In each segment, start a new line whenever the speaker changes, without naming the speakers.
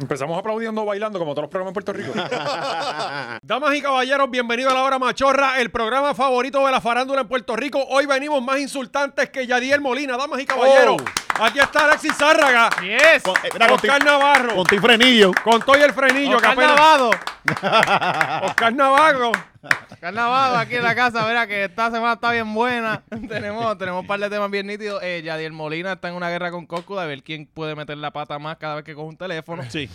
Empezamos aplaudiendo, bailando, como todos los programas en Puerto Rico. Damas y caballeros, bienvenidos a La Hora Machorra, el programa favorito de la farándula en Puerto Rico. Hoy venimos más insultantes que Yadiel Molina. Damas y caballeros, aquí está Alexis Zárraga.
Yes.
Con,
Oh. Eh, mira, con
Oscar
ti-
Navarro.
Con
Con,
ti frenillo.
todo el frenillo. que
Oscar
apenas-
Navado.
Oscar Navarro.
Oscar Navado aquí en la casa, verá que esta semana está bien buena. tenemos, tenemos un par de temas bien nítidos. Eh, Yadiel Molina está en una guerra con Coscu de ver quién puede meter la pata más cada vez que coge un teléfono.
Sí.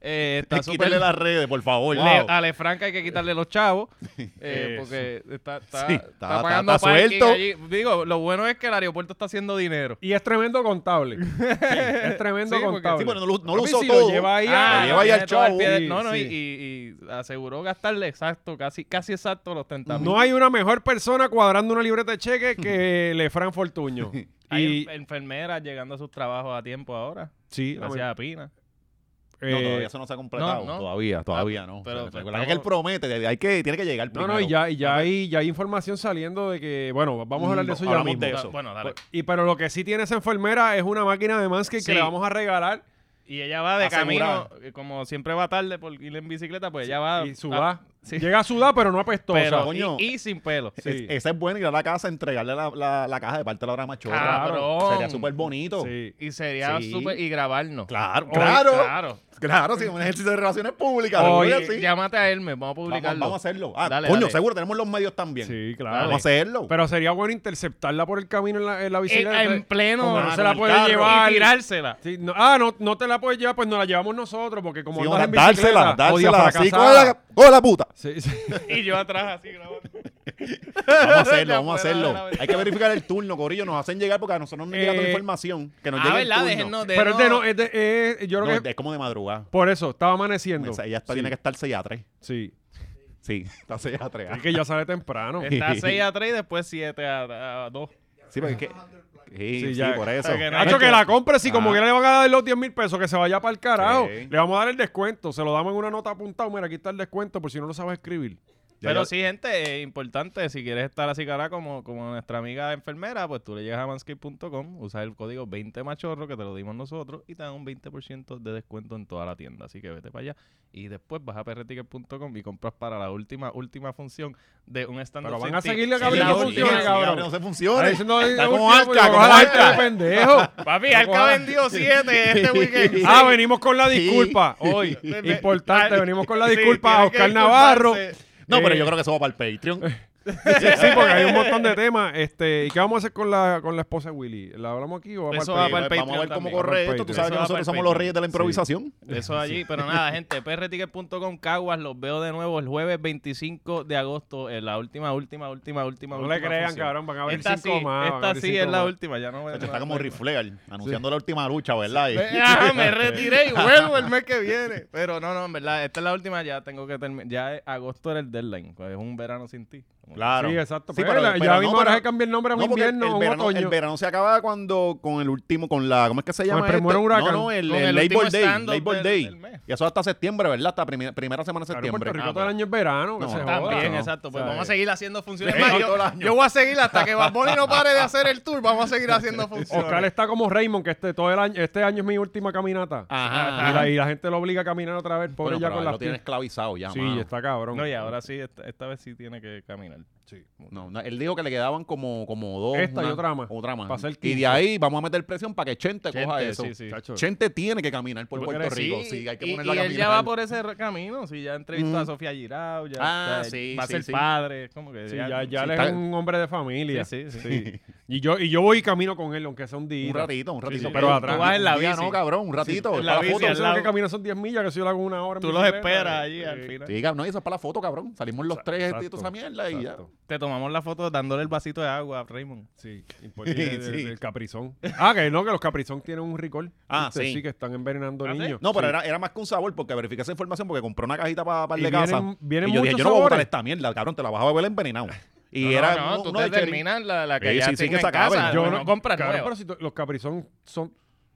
Eh, está súper...
Quítale las redes, por favor.
Le-
Wow.
a Ale Franca hay que quitarle los chavos eh,
Eso.
porque está, está,
Sí,
está
está-
pagando
está
parking
suelto.
allí. Digo, lo bueno es que el aeropuerto está haciendo dinero.
Y es tremendo contable. Es tremendo
Sí, porque-
contable.
Sí, bueno, no lo, no lo
Papi,
usó
si
todo.
Lo lleva ahí a-
Ah, lo lleva ahí al
tiene todo
chavo.
pie de-
Sí,
no, no, y-
sí.
y, y aseguró gastarle exacto, casi, casi exacto los 30
No hay una mejor persona cuadrando una libreta de cheque que Lefran Fortuño.
Hay
Y
en- enfermeras llegando a sus trabajos a tiempo ahora.
sí, la
Gracias a Pina.
ver-
No,
eh,
todavía eso no se ha completado.
no, no.
Todavía, todavía no.
pero-
Pero,
pero
que él
estamos-
promete, hay que, tiene que llegar
no,
primero.
no, y ya, y ya hay, ya hay información saliendo de que, bueno, vamos a hablar de
Mm,
eso ya
hablamos
mismo.
de eso.
Da- Bueno, dale.
Pues, Y pero lo que sí tiene esa enfermera es una máquina de Manscaped
Sí.
que le vamos a regalar
Y ella va de
Asegurada.
camino, eh, como siempre va tarde por ir en bicicleta, pues ella va.
y sudá.
ah, sí.
Llega a sudar, pero no apestosa.
Pero,
coño. Eh,
y, y sin pelo.
Es-
sí.
Esa es buena, ir a la casa, entregarle la, la, la caja de parte de la hora machorra.
Cabrón.
Sería súper bonito.
Sí.
Y sería
Sí.
súper. Y grabarnos.
Claro,
Oye,
claro. Claro,
Claro.
sí, un ejercicio de relaciones públicas. lo voy a
Oye,
decir.
llámate a Hermes, vamos a
vamos,
publicarlo.
vamos a hacerlo. Ah,
Dale,
coño,
dale.
seguro tenemos los medios también.
Sí, claro.
Vamos a hacerlo.
Pero sería bueno interceptarla por el camino en la, en la
En,
bicicleta.
en pleno.
Como
Ah,
no se
con
la
el
puede
carro.
llevar.
Y tirársela.
Sí, no- ah, no, no te la puedes llevar, pues nos la llevamos nosotros, porque como
Sí,
andas en
dársela,
bicicleta, odia
dársela. Así,
fracasada.
coge la, coge la puta.
Sí, sí.
Y yo atrás así grabando.
Vamos a hacerlo, vamos a
Ya fuera de la
hacerlo.
ventana.
Hay que verificar el turno, Corillo. Nos hacen llegar porque a nosotros nos llega toda la
Eh,
información. Que nos
Ah,
llegue el
verdad,
turno.
déjenos de
Pero es de
no-
no, es de, es- yo
No,
creo
es
que
de- es como de madrugada.
por eso, estaba amaneciendo.
Esa- Ella está,
Sí,
tiene que estar 6 a 3.
Sí.
Sí, está 6 a 3.
Es que ya sale temprano.
Está 6 a 3 y después 7 a, a 2.
Sí, porque es que. Sí,
Sí,
sí,
ya.
por eso.
O sea, que no-
Nacho, que la compre, si como
Ah.
quiera le van a dar los 10 mil pesos, que se vaya para el carajo.
Sí.
Le vamos a dar el descuento. Se lo damos en una nota apuntada. Mira, aquí está el descuento por si no lo sabes escribir.
Ya,
Pero
ya.
sí, gente, es importante, si quieres estar así cara como, como nuestra amiga enfermera, pues tú le llegas a manscape.com, usas el código 20machorro que te lo dimos nosotros y te dan un 20% de descuento en toda la tienda. Así que vete para allá y después vas a prrticket.com y compras para la última última función de un stand
Pero van a seguirle
Sí,
Gabriel,
la
no
última,
funciona,
sí,
cabrón.
Gabriel, No se
Ahora
funciona.
diciendo,
Está
"Ay,
como
última,
arca,
pues,
como
coja arca de
arca.
pendejo.
Papi,
No
Arca
coja-
vendido 7 este weekend.
Ah, venimos con la disculpa
Sí.
hoy.
Me- me-
Importante,
Ay,
venimos con la
sí,
disculpa a
tiene que
Oscar Navarro.
disculparse.
No, pero
Eh,
yo creo que eso va para el Patreon.
Sí, sí, porque hay un montón de temas. Este, ¿Y qué vamos a hacer con la, con la esposa de Willy? ¿La hablamos aquí o vamos
Eso
al Patreon?
va para el
pues, Vamos a ver cómo
Patreon también.
Va para
corre
el
esto. Tú
Patreon.
sabes que
Eso va para
nosotros
el
somos los
Patreon.
reyes de la improvisación.
Eso allí, pero nada, gente, prrticket.com, Caguas, los veo de nuevo el jueves 25 de agosto, en la última, última, última, última,
No
última
le crean,
función.
cabrón, van a haber
Esta
cinco más,
sí,
van a
esta
haber
sí
cinco
es la
más.
última, ya no
De
me
hecho,
no
está
me
como
acuerdo.
Riflear, anunciando la última lucha, ¿verdad? Y-
Eh, ah, me retiré y vuelvo el mes que viene. Pero no, no, en verdad, esta es la última, ya tengo que terminar, ya eh, agosto era el deadline, pues es un verano sin ti. Como-
Claro.
Sí, exacto.
Sí,
Pero la- ya mismo ahora se cambia el nombre a un
porque el-
invierno,
el,
a un
verano,
otoño.
el verano se acaba cuando con el último, con la, ¿cómo es que se llama?
el primero
esto?
huracán.
No, no, el,
Con
el
el
Labor
último
Day.
stand-up
Labor
del-
Day.
del mes.
y eso hasta septiembre, ¿verdad? Hasta primera, primera semana de
Claro, en
septiembre.
Puerto Rico
Ah,
todo el año es verano, que
No,
se joda.
También,
no.
exacto. Pues
O sea, eh.
vamos a seguir haciendo funciones.
Sí,
más.
no, todo el
yo,
año.
yo voy a seguir hasta que Bad Bunny no pare de hacer el tour. Vamos a seguir haciendo funciones.
Oscar está como Raymond, que este, todo el año, este año es mi última caminata.
Ajá.
Y, la, y la gente lo obliga a caminar otra vez, pobre
Bueno,
ya
pero
con
lo
las
tiene
piernas.
esclavizado ya,
Sí,
mano.
está cabrón.
No, y ahora sí, esta, esta vez sí tiene que caminar. Sí.
No, no, él dijo que le quedaban como, como dos.
Esta y otra más.
otra más.
Para hacer
y
15.
de ahí vamos a meter presión para que Chente, coja
Chente,
eso.
sí, sí.
Chacho.
Chente tiene que caminar por
¿Tú
Puerto
crees?
Rico.
Sí,
Sí, hay que
y,
ponerlo
y
a
él ya va
caminar.
por ese re- camino. Si ya entrevistó a
Mm.
Sofía Girao, ya,
Ah,
ya
sí,
va a
sí,
ser
sí.
padre. Como que
Sí, ya, ya
sí,
él es
está-
un hombre de familia.
Sí, sí, sí.
Y, yo, y yo voy y camino con él, aunque sea un día.
Un ratito, un ratito.
sí, pero
Un
atrás.
día
Tú vas en la bici.
No, cabrón, un ratito.
en
es
la
para
bici,
foto.
Foto,
al
¿sabes
lado.
que camino son 10 millas, que si yo lo hago en una hora. en
Tú los
bicicleta,
esperas
eh,
allí al
eh,
final.
Sí, cabrón, no, eso es para la foto, cabrón. Salimos los tres y
exacto,
toda esa mierda y ya.
exacto.
Te tomamos la foto dándole el vasito de agua a Raymond.
Sí, importante.
Sí, sí.
El caprizón. Ah, que no, que los caprizón tienen un recall.
Ah,
Este,
sí.
que están envenenando
¿Ah, sí?
niños.
No, pero
Sí.
era, era más que un sabor porque verifiqué esa información porque compré una cajita para par
Y
de
vienen-
casa.
vienen
y yo dije,
muchos
yo no voy a botar
sabores.
esta mierda, cabrón, te la vas a beber envenenado. Y era
no,
uno-
tú
uno
te
de cherry.
terminas la, la que
Sí,
ya
sí, sí,
tenga
que se
en
acabe.
casa. pues,
Yo
no, compras
cabrón,
nueva.
pero si to- los caprizón son,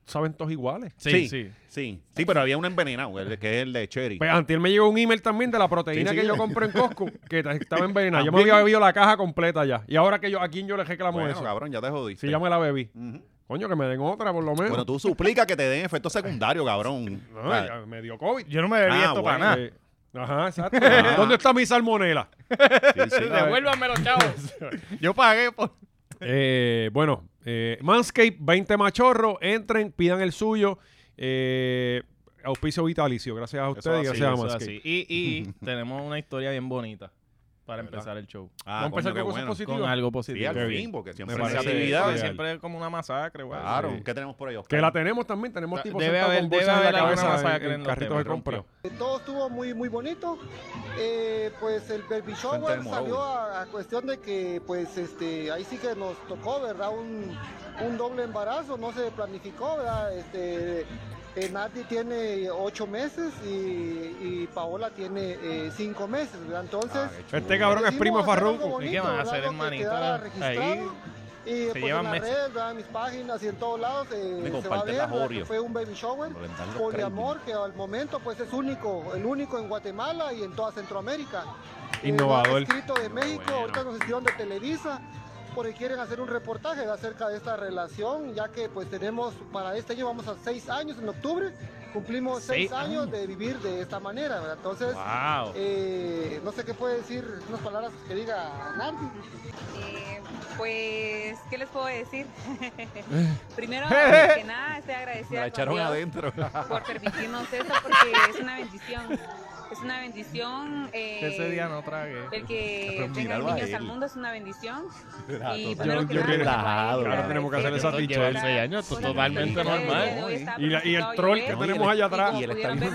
saben todos iguales.
Sí, sí, sí. pero había un envenenado, el que es el de cherry.
Pues antes me llegó un email también de la proteína
Sí, sí.
que yo compré en Costco, que ta- estaba envenenada. Yo me había bebido la caja completa ya. Y ahora que yo, ¿a quién yo le reclamo
bueno,
eso?
cabrón, ya te jodiste.
Si ya me la bebí.
Ujú.
Coño, que me den otra por lo menos.
Bueno, tú suplica que te den efecto secundario, cabrón.
No,
Ah,
ya me dio COVID.
Yo no me bebí
Ah,
esto
bueno.
para nada.
Eh, Ajá, exacto.
Ah.
¿Dónde está mi salmonela?
sí, sí.
Devuélvanmelo, chavos.
Yo pagué por.
Eh, bueno, eh, Manscape, 20 machorros. Entren, pidan el suyo. Eh, auspicio vitalicio. Gracias a ustedes y
así,
gracias
Eso
a
es
Manscape.
así. Y, y tenemos una historia bien bonita para
¿Verdad?
empezar el show.
Ah,
Vamos a empezar
coño, qué
con cosas
bueno.
positivas.
Con algo
Sí,
positivo.
al
Qué
fin,
bien.
porque siempre
Me
hay
parece
actividades.
ideal.
siempre es como una masacre. o algo
Claro,
así.
¿qué tenemos por ahí, Oscar?
Que la tenemos también. Tenemos tipos
Debe
sentados
haber-
con
debe
bolsas en la
haber alguna
cabeza
masacre
en, en
en los
carritos de
temas,
compra.
rompió.
Todo estuvo muy muy bonito. Eh, pues el baby
Frente de
shower
Morovis.
salió a, a cuestión de que pues este ahí sí que nos tocó, ¿verdad? Un, un doble embarazo, no se planificó, ¿verdad? Este eh, Nati tiene ocho meses y, y Paola tiene eh, cinco meses, ¿verdad? Entonces,
Ah, qué chulo.
Este cabrón es
decidimos
primo de
hacer algo
Farruko.
¿Y qué van a hacer,
algo que
hermanito?
quedara
Ahí
registrado. Y pues,
llevan
en las
meses.
redes, ¿verdad? En mis páginas y en todos lados eh, se va a
comparten
ver,
las
¿verdad? Que
Oreo.
fue un baby shower
Cuando le dan los
poliamor que al momento pues es único, el único en Guatemala y en toda Centroamérica. Eh,
Innovador.
lo han escrito de México,
Bueno.
ahorita nos escribieron de Televisa porque quieren hacer un reportaje acerca de esta relación, ya que pues tenemos para este año vamos a seis años en octubre, cumplimos seis,
Seis
años, de vivir de esta manera, ¿verdad? Entonces,
Wow.
eh, no sé qué puede decir, unas palabras que diga Nancy.
Eh, pues, ¿qué les puedo decir? Primero que nada,
Me
estoy agradecida
la
con
echaron
Dios
adentro.
por permitirnos eso, porque es una bendición. Es una bendición. eh,
Ese día no tragué.
El que
Pero
tengan
míralo a
niños
él.
al mundo es una bendición.
Yo-
Y primero que
yo creo-
nada, relajado.
Ahora tenemos que hacer esa dicha.
11 años,
pues,
esto es totalmente normal.
Y la- y el troll que tenemos allá atrás.
Y
Y él
el
está bien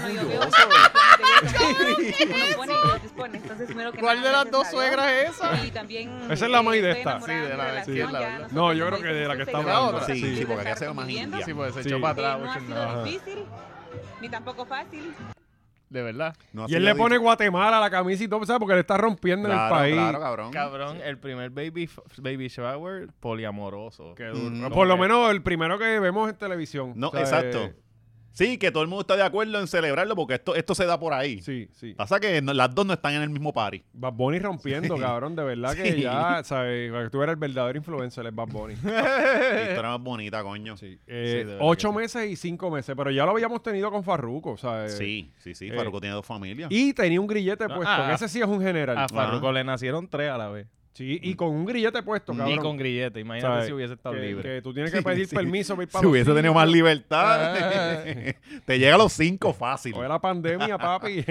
Uno pone y los dispone. Entonces, primero que
¿Cuál
nada,
de las
gracias
dos
a Dios.
suegras es esa?
Y también.
Esa es la maíz de
estoy
esta.
enamorada
Sí, de la-
relación,
sí, de la-
ya
No,
nosotros
yo creo
como
que de la que
hijos
está
seguimos
hablando.
felices
Sí, sí,
de
porque acá
estar
se ve más
conviviendo.
india.
Sí, pues se
Sí.
echó para
Eh,
atrás.
no ha
bochornado.
sido
Ajá.
difícil, ni tampoco fácil.
De verdad.
No,
Y
así
él
lo
le
he
pone
dicho.
Guatemala a la camisa y todo, ¿sabes? Porque le está rompiendo en el
Claro,
país.
claro, cabrón.
Cabrón, el primer baby, f- baby shower poliamoroso.
Qué
duro.
duro.
Ujú.
Por lo menos el primero que vemos en televisión.
Mm, No,
¿sabes?
exacto. Sí, que todo el mundo está de acuerdo en celebrarlo porque esto, esto se da por ahí.
Sí, sí.
Pasa que no- las dos no están en el mismo party.
Bad Bunny rompiendo, cabrón. De verdad que
Ah. Sí.
ya, ¿sabes? Para que tú eres el verdadero influencer, es Bad Bunny.
La historia más bonita, coño. Sí,
Sí. Eh,
de verdad
ocho
que sí.
meses y cinco meses, pero ya lo habíamos tenido con Farruko, ¿sabes?
sí, sí.
eh.
Farruko tiene dos familias.
Y tenía un grillete
No,
puesto,
ah,
que ese sí es un general.
A Farruko
Ajá.
le nacieron tres a la vez.
Sí, y con un grillete puesto, cabrón.
Y con grillete. Imagínate
¿Sabes?
si hubiese estado
que,
libre.
que tú tienes que pedir
Sí,
permiso para ir para
Si
los
hubiese
sitios.
tenido más
Ah.
libertad, te llega a los cinco fácil.
Fue la pandemia, papi.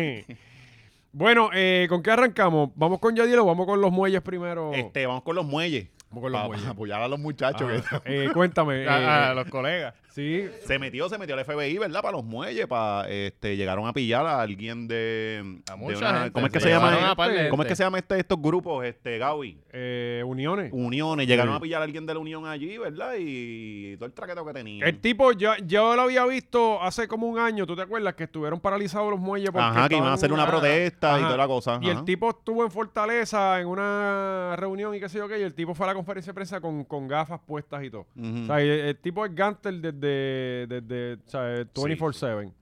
bueno, eh, ¿con qué arrancamos? ¿Vamos con Yadiel o vamos con los muelles primero?
Este, vamos con los muelles.
Vamos oh. con los
Pa-
muelles.
pa apoyar a los muchachos. que Ah,
Ah, eh, cuéntame.
A, a
eh,
los colegas.
sí,
Se metió, se metió el FBI, ¿verdad? Para los muelles, para este, llegaron a pillar a alguien de,
A
de
mucha
una-
gente,
¿Cómo es
se
que se
llevaron
llama?
a par de
este? ¿Cómo es
gente.
que se llama este, estos grupos, este, Gaby?
eh, uniones.
Uniones, llegaron
Sí.
a pillar a alguien de la unión allí, ¿verdad? Y todo el traqueteo que tenía.
El tipo, ya- yo, lo había visto hace como un año, ¿tú te acuerdas? Que estuvieron paralizados los muelles. Porque
Ajá, que iban
estaban-
a hacer una protesta y
Ajá.
toda la cosa.
Y el
ajá.
tipo estuvo en Fortaleza en una reunión y qué sé yo qué, y el tipo fue a la conferencia de prensa con, con gafas puestas y todo.
Ujú.
O sea, el, el tipo es Gantel desde, desde o sea, el 24-7.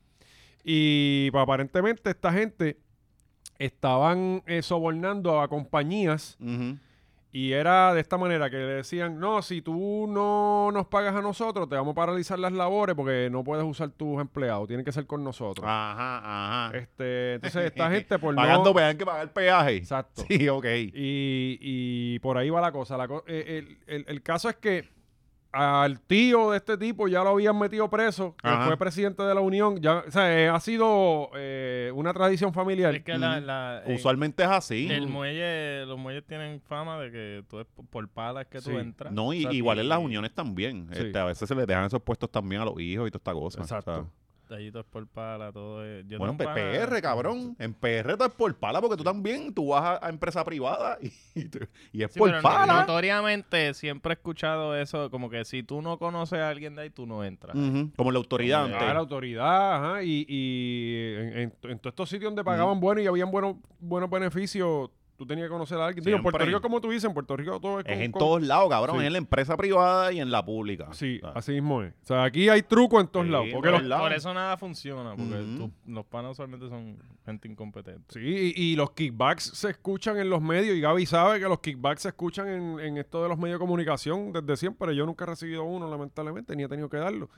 Y pues, aparentemente esta gente estaban eh, sobornando a compañías
Ujú.
y era de esta manera que le decían, no, si tú no nos pagas a nosotros, te vamos a paralizar las labores porque no puedes usar tus empleados, tienen que ser con nosotros.
Ajá, ajá.
Este, entonces esta gente por no-
Ah. Pagando, peaje, hay que pagar peaje.
Exacto.
Sí, ok.
Y, eh, y por ahí va la cosa. La co- eh, el, el- el caso es que al tío de este tipo ya lo habían metido preso, que
Ajá.
fue presidente de la Unión. Ya, o sea, eh, ha sido eh, una tradición familiar.
Es que la, la- en-
Usualmente es así.
el muelle, los muelles tienen fama de que tú es por- por palas que
Sí.
tú entras.
No, y,
O sea,
igual
y-
en las uniones también.
Sí.
Este, a veces se les dejan esos puestos también a los hijos y toda esta cosa.
Exacto.
o sea.
Allí todo es por pala, todo es... yo
Bueno, en
tengo un pana-
PR, cabrón. En PR todo es por pala porque tú también, tú vas a, a empresa privada y, y te- y es
Sí,
por
pero no-
pala.
Notoriamente siempre he escuchado eso, como que si tú no conoces a alguien de ahí, tú no entras.
Ujú, Como la autoridad
Como
antes.
Ah, la autoridad, ajá, y, y en, en- en todos estos sitios donde pagaban bueno y habían buenos, buenos beneficios, Tú tenías que conocer a alguien. Digo, en Puerto
Siempre.
Rico, como tú dices, en Puerto Rico todo es,
Es
con-
en
con-
todos lados, cabrón.
Sí.
Es en la empresa privada y en la pública.
Sí,
Ah.
así mismo es. O sea, aquí hay truco en todos
Sí,
lados.
en
Porque
todos
los-
lados.
Por eso nada funciona, porque
Ujú.
tú- los panos usualmente son gente incompetente.
sí, y, y los kickbacks se escuchan en los medios. Y Gaby sabe que los kickbacks se escuchan en, en esto de los medios de comunicación desde siempre. Yo nunca he recibido uno, lamentablemente, ni he tenido que darlo.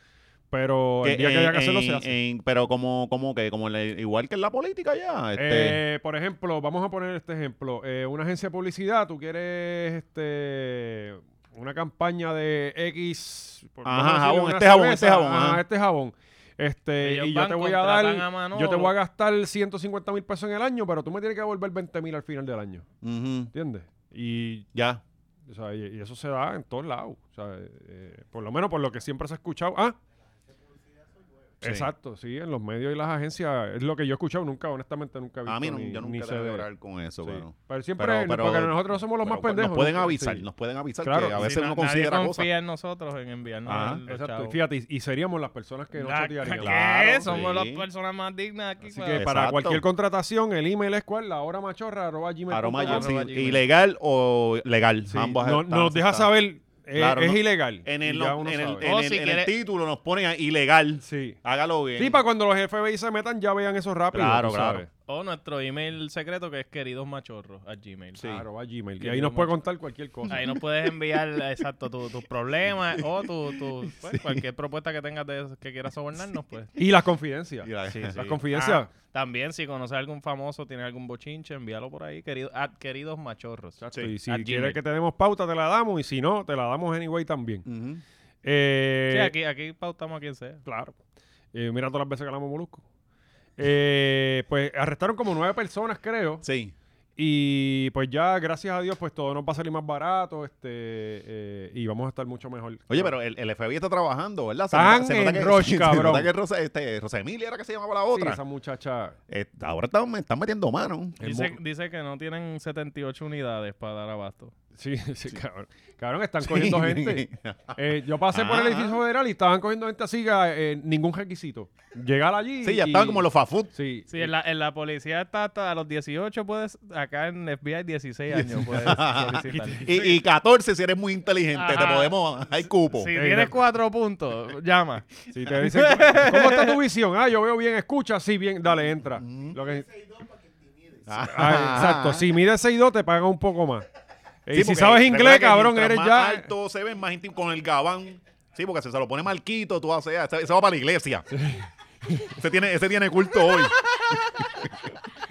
Pero el
Que
día que
en-
haya que hacerlo, se
en-
hace.
en- pero como, como que, como en la- igual que en la política ya. Este,
Eh, por ejemplo, vamos a poner este ejemplo. Eh, una agencia de publicidad, tú quieres este una campaña de X. por-
Ajá,
vamos a
jabón,
una
este jabón, este
cerveza,
jabón,
ajá,
ajá.
este jabón. Este,
Ellos
y yo
van,
te voy a dar.
contratan a Manolo.
yo te voy a gastar 150 mil pesos en el año, pero tú me tienes que devolver 20 mil al final del año.
ujú,
¿Entiendes? Y,
Ya.
o sea, y- y eso se da en todos lados. o sea, eh, por lo menos por lo que siempre se ha escuchado. Ah,
Sí.
Exacto, sí, en los medios y las agencias es lo que yo he escuchado, nunca, honestamente nunca he visto.
A mí no-
ni-
yo
ni
nunca
se
tengo que
ve.
orar con eso,
Sí.
pero.
Pero siempre,
Pero- pero-
porque nosotros somos los
pero pues,
más pendejos.
Nos pueden
¿no?
avisar,
Sí.
nos pueden avisar
Claro.
que a
Sí,
veces
na-
uno
nadie
considera cosas.
confía en nosotros en enviarnos
Ajá.
los
Exacto.
chavos.
Y fíjate, y, y seríamos las personas que no
La-
chotearían.
¿qué?
Claro,
Somos
sí.
las personas más dignas aquí.
Así que
para-
para
Exacto.
cualquier contratación, el email es cuál, la hora machorra, arroba gmail.
Aroma
Arroba
Jones, sí,
Gmail.
ilegal o legal.
Sí,
ambas
no-
están
nos deja
aceptadas.
saber, eh,
Claro,
es
no-
ilegal.
En
y
el,
ya uno
en el-
sabe.
en
O
el-
si
en el
quiere-
título nos ponen a ilegal.
sí.
Hágalo bien.
Sí, para cuando los FBI se metan, ya vean eso rápido.
Claro,
tú
claro.
sabes.
O nuestro email secreto que es queridos machorros a Gmail.
Sí.
Arroba gmail. Y
Que
ahí
yo
nos puede
macho-
contar cualquier cosa.
Ahí nos puedes enviar, exacto, tu- tus problemas o tu, tu- pues, cualquier propuesta que tengas de, que quieras sobornarnos, pues.
Y las confidencias.
Y la-
Las confidencias.
Ah, también, si conoces a algún famoso, tiene algún bochinche, envíalo por ahí, querido, at queridos machorros.
Sí.
Y si
At
quieres
Gmail.
que te demos pauta, te la damos. Y si no, te la damos anyway también.
Ujú.
Eh,
Sí, aquí, aquí pautamos a quien sea.
Claro. Eh, mira todas las veces que hablamos molusco. Eh, pues arrestaron como nueve personas, creo.
Sí.
Y pues ya, gracias a Dios, pues todo nos va a salir más barato. Este, eh, y vamos a estar mucho mejor.
Oye, pero el, el FBI está trabajando, ¿verdad?
Están en rush,
se
cabrón.
nota que Rosa, este, Rosa Emilia era que se llamaba la
Sí,
otra.
esa muchacha.
Eh, ahora están, me están metiendo mano.
Dice, dice que no tienen 78 unidades para dar abasto.
Sí, sí, cabrón. Cabrón, están cogiendo gente. Eh, yo pasé por el
Ah.
edificio federal y estaban cogiendo gente así, a, eh, ningún requisito. Llegar allí.
Sí, ya
y-
estaban como los fafut.
Sí.
Sí, en la, en la policía está hasta a los 18, puedes, acá en FBI 16 años puedes solicitar.
Y, y 14 si eres muy inteligente, te
Ajá.
podemos, hay cupo.
Si tienes cuatro puntos, llama.
Si te dicen, ¿cómo está tu visión? Ah, yo veo bien, escucha, sí, bien, dale, entra.
Mm.
Lo que-
Ah,
Ah, exacto. Si mides 6'2 te pagan un poco más. Eh,
Sí,
y si
porque
sabes
recuerda
inglés,
que
cabrón,
mientras
eres
más
ya.
alto se ven más íntimo con el gabán. Sí, porque si se lo pone marquito, tú haces, ah, ese, ese va para la iglesia. ese, tiene, ese tiene culto hoy.
Y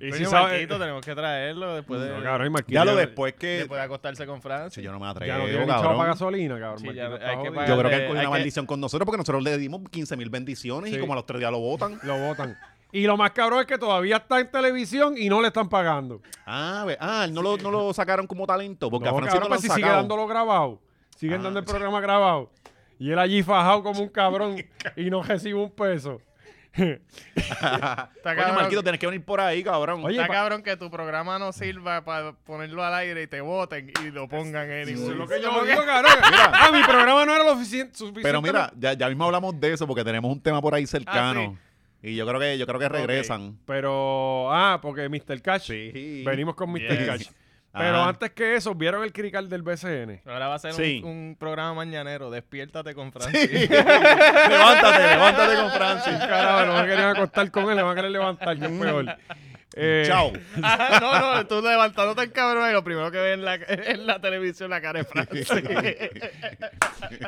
Coño,
si sabes.
Marquito, tenemos que traerlo después de,
No, cabrón, y Marquito
ya lo
ya-
después que...
después de acostarse con
Sí,
Francia.
yo no me
Ya no
atrevo,
tiene ni chavo para
cabrón.
gasolina, cabrón.
Sí,
Marquito
ya
está
hay que
jodido.
pagar.
Yo creo que han
Eh,
cogido
hay
una
que-
maldición con nosotros porque nosotros le dimos 15 mil bendiciones
Sí.
y como a los tres días lo votan.
Lo votan. Y lo más cabrón es que todavía está en televisión y no le están pagando.
Ah, ve- ah no, lo, no lo sacaron como talento porque
No,
a Francisco
cabrón, pues
lo
si
han
sigue
sacado.
dándolo grabado. Siguen
Ah,
dando el programa grabado. Y él allí fajado como un cabrón y no recibe un peso.
Está
Coño,
cabrón.
Marquito, tienes que venir por ahí, cabrón.
Oye,
Está
pa-
cabrón que tu programa no sirva para ponerlo al aire y te voten y lo pongan en
Eso es
ningún
lo que
Eso
yo
es lo que-
digo, cabrón. Ah, mi programa no era lo sufici- suficiente.
Pero mira, ya, ya mismo hablamos de eso porque tenemos un tema por
Ah,
ahí cercano. Y yo creo que yo creo que regresan.
Pero, ah, porque Mr. Cash.
Sí. Ah.
Venimos con Mr.
Yes.
Cash. Pero
Ajá.
antes que eso, ¿vieron el crical del BCN?
Ahora va a ser
Sí.
un, un programa mañanero. Despiértate con Francia.
levántate, levántate con Francis.
Carajo, no me querían acostar con él, me van a querer levantar, que es peor. Eh,
Chao.
Ajá, Ah, no, no, tú levantándote el cabrón y lo primero que ves en la, en la televisión la cara de Francia.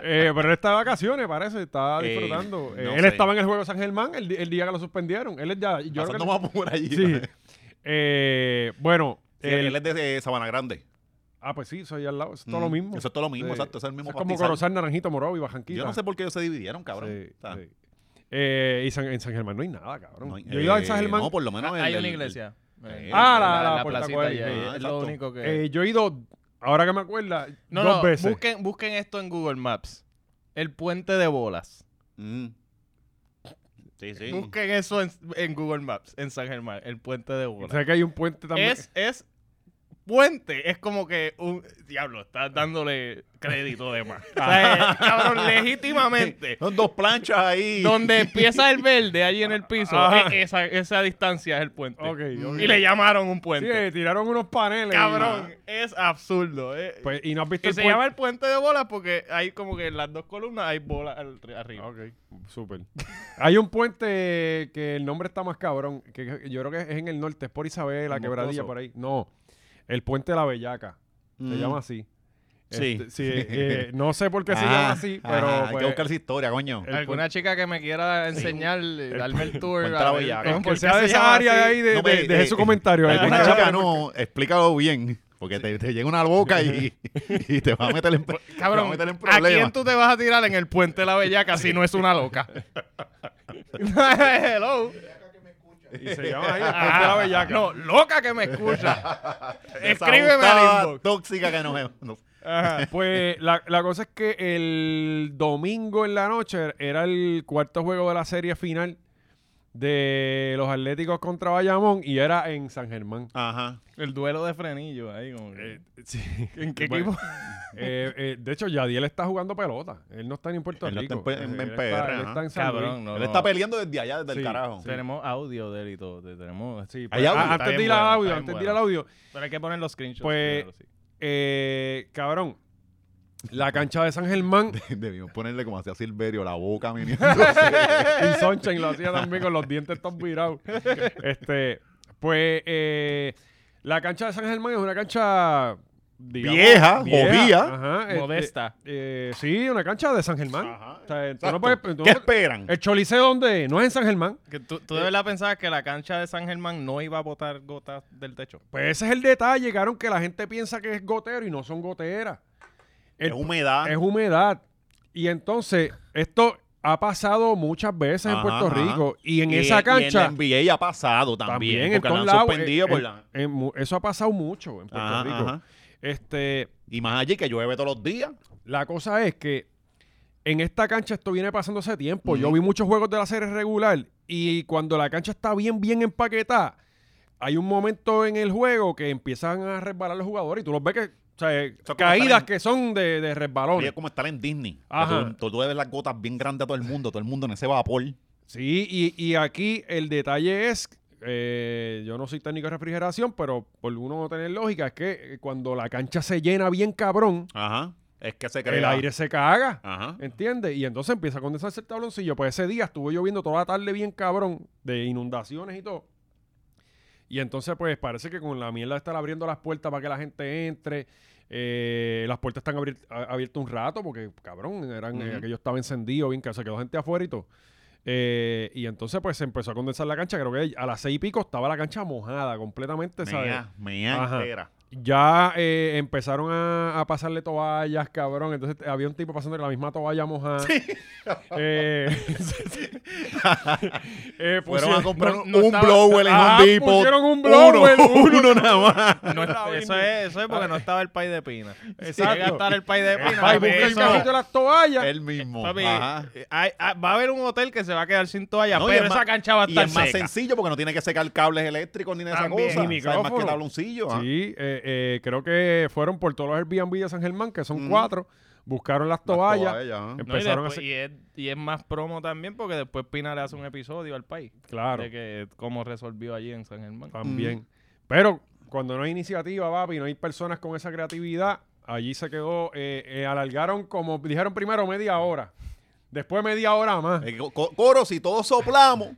eh, pero él está de vacaciones, parece, está
Eh,
disfrutando. Eh,
no
él
sé. Ah,
estaba en el juego de San Germán el, di- el día que lo suspendieron. Él es ya. Yo creo que
Pasando más por allí.
sí. Eh, bueno,
Sí,
el-
él es de eh, Sabana Grande.
ah, pues sí, soy al lado, es todo lo
Mm,
mismo.
Eso es todo lo mismo,
Sí.
exacto. Es el mismo
es como
pastizal.
Corozal, Naranjito, Morovi, Bajanquita.
Yo no sé por qué ellos se dividieron, cabrón.
Sí,
Está-
sí. Eh, y San- en San Germán no hay nada, cabrón.
no hay-
Yo he ido a
eh,
San Germán.
No, por lo menos. el-
Ah, Hay una
el-
iglesia.
Eh,
Ah, la- la
placita
Puerta Cuadra.
allí, ahí,
Ah,
Es
exacto.
lo único que...
eh, yo he ido, ahora que me acuerda,
no,
dos
no,
veces.
Busquen, busquen esto en Google Maps. El puente de bolas.
Mm. Sí, sí.
Busquen eso en, en Google Maps, en San Germán. El puente de bolas.
Sé que hay un puente también.
Es, es puente es como que un diablo, estás dándole crédito de más. O
Ah.
sea, eh, cabrón, legítimamente.
Son dos planchas ahí.
Donde empieza el verde allí en el piso,
Ajá.
e- esa, esa distancia es el puente.
Ok, ok.
Y le llamaron un
Sí,
puente.
eh, tiraron unos paneles.
Cabrón, es absurdo. eh.
Pues, y no has visto
que
el
se
puente.
llama el puente de bolas porque hay como que en las dos columnas hay bolas al- arriba.
Ok, súper. Hay un puente que el nombre está más cabrón, que yo creo que es en el norte, es por Isabela,
Mocoso.
Quebradilla, por ahí. No, el puente de la Bellaca, se
Mm.
llama así.
Sí.
Este, eh, eh, no sé por qué se
Ah,
llama así, pero
ajá, Hay
pues, Eh,
que buscar esa historia, coño.
el
Alguna chica que me quiera enseñar, eh, darme el tour.
Cuenta
a
la
ver
bellaca.
cómo-
el que
por qué
sea de
se
esa
llama
área de
así.
ahí, de,
No,
de-
eh,
deje
eh,
su comentario. eh,
Alguna
porque-
chica no, explícalo bien. Porque te, te llega una boca y, y te va a meter en, te va a
Cabrón,
meter en
¿a
problemas.
quién tú te vas a tirar en el puente de la bellaca si no es una loca? Hello.
Y se llama ahí, el puente de la Bellaca.
No, loca que me escucha. Escríbeme
Desajustada,
al inbox.
tóxica que no me... no.
Pues la, la cosa es que el domingo en la noche era el cuarto juego de la serie final de los Atléticos contra Bayamón y era en San Germán.
Ajá.
El duelo de frenillo ahí. Como que- ¿En qué
Eh, Bueno,
equipo?
eh, eh, de hecho, Yadiel está jugando pelota. Él no está ni en Puerto
Él no está
Rico.
en Pu- en- en
Él está-
PR,
él
ajá.
está en San
Cabrón,
Luis.
no.
Él
no.
está peleando desde allá, desde
Sí,
el carajo.
Tenemos audio de él y todo. te- Tenemos...
Sí,
Hay
pues,
audio.
ah,
Está
antes
bien
de ir al
bueno, está
audio,
bien
antes de ir
bueno.
al audio.
Pero hay que poner los screenshots.
Pues-
primero, sí.
eh, cabrón, la cancha de San Germán
Debimos ponerle como hacía Silverio, la boca viniendo.
y Sunshine lo hacía también con los dientes tan virados. Este, pues eh, la cancha de San Germán es una cancha digamos,
Vieja, jodida.
ajá, este,
Modesta.
eh, sí, una cancha de San Germán.
Ajá,
O sea, tú
Exacto.
no puedes- tú no
¿Qué
puedes-
esperan?
el choliseo donde no es en San Germán.
Que tú, tú de verdad pensabas que la cancha de San Germán no iba a botar gotas del techo.
Pues ese es el detalle, llegaron que la gente piensa que es gotero y no son goteras. El-
es humedad.
es humedad. Y entonces, esto ha pasado muchas veces en
Ajá,
Puerto
ajá.
Rico. Y en
Y-
esa
Y
cancha.
en la NBA ha pasado
también,
también.
en
porque
todos
la han
lados.
suspendido
eh,
por
eh,
la...
en mu- eso ha pasado mucho en Puerto
Ajá,
Rico.
ajá.
Este,
Y más allí que llueve todos los días.
la cosa es que en esta cancha esto viene pasando hace tiempo. Yo vi muchos juegos de la serie regular y cuando la cancha está bien, bien empaquetada, hay un momento en el juego que empiezan a resbalar los jugadores y tú los ves que, o sea,
como estar
caídas
en-
que son de, de
Y
resbalones.
es como estar en Disney. que
Ajá.
Tú, tú, tú debes las gotas bien grandes a todo el mundo, todo el mundo en ese vapor.
Sí, y, y aquí el detalle es, eh, yo no soy técnico de refrigeración, pero por uno tener lógica, es que eh, cuando la cancha se llena bien cabrón,
Ajá. Es que se crea.
el aire se caga.
Ajá.
¿Entiendes? Y entonces empieza a condensarse el tabloncillo. Pues ese día estuvo lloviendo toda la tarde bien cabrón, de inundaciones y todo. Y entonces, pues parece que con la mierda de estar abriendo las puertas para que la gente entre, eh, las puertas están abri- a- abiertas un rato porque, cabrón, eran, eh,
Ujú.
aquello estaba encendido, bien que se quedó gente afuera y todo. Eh, y entonces, pues se empezó a condensar la cancha. Creo que a las seis y pico estaba la cancha mojada completamente, ¿sabes?
Mea, mea
Ajá.
entera.
Ya eh, empezaron a, a pasarle toallas, cabrón. Entonces te- había un tipo pasando la misma toalla mojada. Eh, eh,
Fueron a
pusieron-
comprar
no-
un,
no estaba-
blower en
Ah,
un Depot.
pusieron un blower,
blower. Uno, uno nada más.
No está- eso, es, eso es porque no estaba el pay de pina. Si llega a
Exacto.
estar el pay de pina,
Ay,
papi,
busca el
eso-
cajito de las toallas.
El mismo.
papi,
Ajá.
eh, hay- ah, va a haber un hotel que se va a quedar sin toalla,
No, y
pero
es
esa
más-
cancha va a
Y
estar
es más
seca.
sencillo porque no tiene que secar cables eléctricos ni nada de esa
También.
cosa.
Ni
O sea, es más que
micrófono.
tabloncillo. ajá.
Sí, eh, eh, creo que fueron por todos los Airbnb de San Germán, que son
Mm.
cuatro. Buscaron las
Las
toallas.
ajá.
em-
No, y
Empezaron a
después-
hacer-
y, es, y es más promo también porque después Pina le hace un episodio al país
Claro, Ah,
de que cómo resolvió allí en San Germán.
también. Pero cuando no hay iniciativa, papi, no hay personas con esa creatividad, allí se quedó. eh, eh, alargaron, como dijeron primero, media hora. Después media hora más.
Eh, co- co- Coro, si todos soplamos.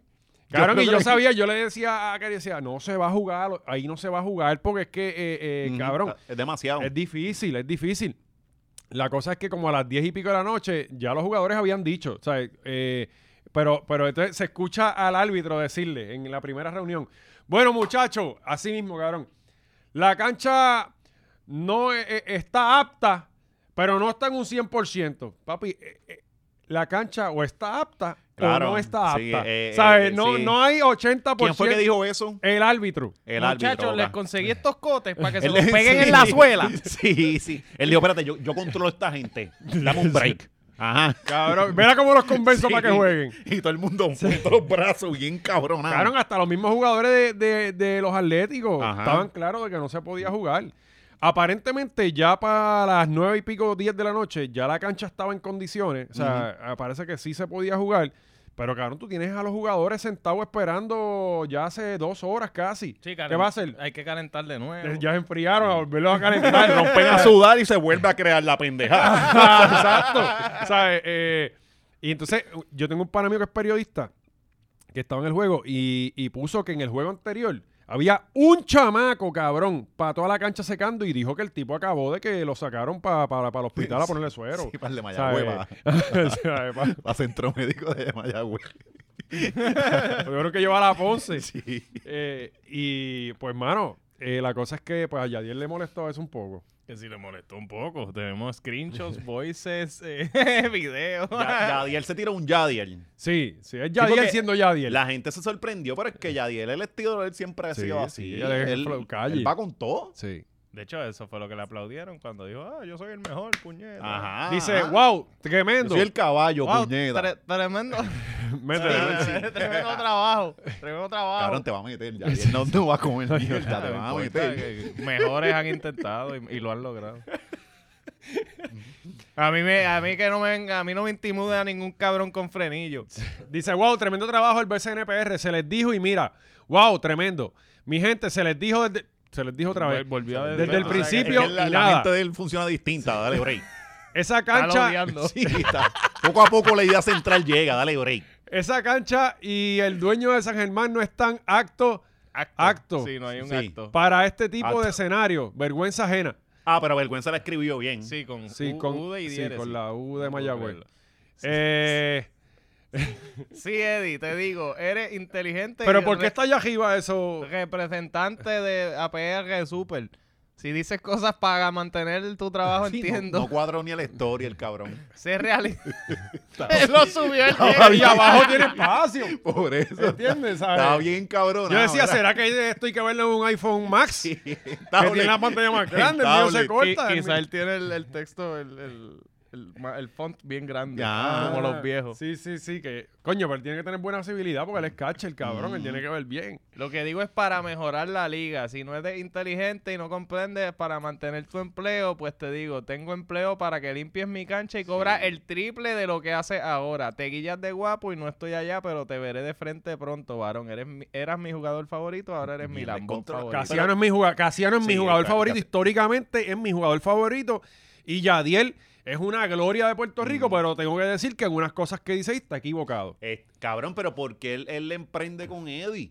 Claro, y
creo
yo
que-
sabía, yo le decía a Cari, decía, no se va a jugar, lo- ahí no se va a jugar porque es que, eh, eh,
Ujú, Ah,
cabrón,
Es demasiado.
es difícil, es difícil. La cosa es que como a las diez y pico de la noche, ya los jugadores habían dicho, ¿sabes? Eh, pero, pero entonces se escucha al árbitro decirle en la primera reunión, bueno muchachos, así mismo, cabrón, la cancha no eh, eh, está apta, pero no está en un 100%. Papi, eh, eh, la cancha o está apta
Claro,
o no está apta.
sí, eh, eh,
¿Sabes?
eh,
no,
sí.
no hay 80%.
¿Quién fue que dijo Eh, eso?
El árbitro.
El árbitro.
Muchachos, les
¿verdad?
conseguí estos cotes para que se
Él-
los
sí.
peguen en la suela.
Sí, sí. Él dijo, espérate, yo, yo controlo a esta gente. Dame un break. Ajá.
Cabrón, mira cómo los convenzo
Sí.
para que jueguen.
Y todo el mundo puso los brazos bien cabronados.
Cabrón, hasta los mismos jugadores de, de- de los Atléticos
Ajá.
estaban claros de que no se podía jugar. Aparentemente ya para las nueve y pico, 10 de la noche, ya la cancha estaba en condiciones. O sea, ah, parece que sí se podía jugar. Pero cabrón, tú tienes a los jugadores sentados esperando ya hace dos horas casi.
Sí,
¿Qué
eh, Karen,
va a hacer?
Hay que calentar de nuevo.
Ya se enfriaron, a volverlos a calentar.
Rompen a sudar y se vuelve a crear la pendejada.
Exacto. ¿Sabes? Eh, y entonces, yo tengo un pana mío que es periodista que estaba en el juego y, y puso que en el juego anterior había un chamaco, cabrón, para toda la cancha secando y dijo que el tipo acabó de que lo sacaron para el hospital a ponerle suero.
Sí, para el de Mayagüez.
¿Sabes?
Va
¿Sabes? Pa-
va a centro médico de Mayagüez.
Tuvieron que llevar a Ponce.
Sí.
Eh, y pues, mano, eh, la cosa es que pues, a Yadier le molestó eso un poco.
Que si le molestó un poco. Tenemos screenshots, voices, eh, videos.
Ya- Yadiel se tira un Yadiel.
Sí, sí, es
Sí,
Yadier
porque
siendo Yadier.
La gente se sorprendió, pero es que Yadiel, el estilo de él siempre ha
Sí,
sido
sí,
así.
él es
él,
flow calle.
él va con todo.
Sí.
De hecho, eso fue lo que le aplaudieron cuando dijo, ah, yo soy el mejor, puñeta.
Ajá.
Dice,
ajá.
wow,
Ah. Yo
tremendo.
soy el caballo,
Wow,
puñeta.
tre- tremendo,
Métele.
tremendo trabajo. Tremendo trabajo.
Cabrón, te va a meter, Yadiel. No, no va a comer mierda, te
No
va a
importa,
meter.
que mejores han intentado y, y lo han logrado. A mí, me, a mí que no me venga- a mí no me intimida a ningún cabrón con frenillo.
Dice, wow, tremendo trabajo el BCNPR. Se les dijo y mira, wow, tremendo. Mi gente, se les dijo desde... Se les dijo otra vez.
Vol- volvió a-
desde el
o sea, que-
Es que
principio
él- la,
y
la
nada.
mente de él funciona distinta, dale break.
Esa
Está
cancha,
odiando.
Sí, está. Poco a poco la idea central llega, dale break.
esa cancha y el dueño de San Germán no están acto
Acto.
Acto.
Sí, no hay un
Sí.
acto.
para este tipo
Acto.
de escenario. Vergüenza ajena.
Ah, pero vergüenza la escribió bien.
Sí, con,
Sí,
U-
con,
Ude y
sí,
diéresis.
con la U de
No puedo
Mayagüez.
creerlo.
Eh,
Este Sí, Eddie, te digo, eres inteligente.
pero
y
¿por qué
re-
está allá arriba eso?
representante de APR Super? Si dices cosas para mantener tu trabajo,
Sí, no-
entiendo.
No, cuadró ni la historia, el cabrón.
Sé realista. lo subió el
Y abajo tiene espacio.
Por eso.
¿Entiendes? ¿Sabes?
Estaba bien cabrón.
Yo decía, ¿será que esto hay que verlo en un iPhone Max? Que tiene la pantalla más grande, el mío se
Rentable.
Qui-
corta. el
Quizá
mío-
él tiene el, el texto, el, el, el ma- el font bien grande,
Ya.
como los viejos.
Ah, Sí, sí, sí, que... Coño, pero él tiene que tener buena visibilidad porque él es catcher, el cabrón, él
Mm.
tiene que ver bien.
Lo que digo es para mejorar la liga. Si no eres inteligente y no comprendes para mantener tu empleo, pues te digo, tengo empleo para que limpies mi cancha y cobras el triple de lo que haces ahora. Te guillas de guapo y no estoy allá, pero te veré de frente pronto, varón. Eres mi- eras mi jugador favorito, ahora eres mi
Mierda,
lambón
contra-
favorito.
Casiano es mi jugador, Casiano es mi
Sí,
jugador
está-
favorito,
está-
históricamente es mi jugador favorito. Y Yadiel es una gloria de Puerto
Mm.
Rico, pero tengo que decir que en unas cosas que dice ahí está equivocado.
Eh, cabrón, pero ¿por qué él, él le emprende con Eddie?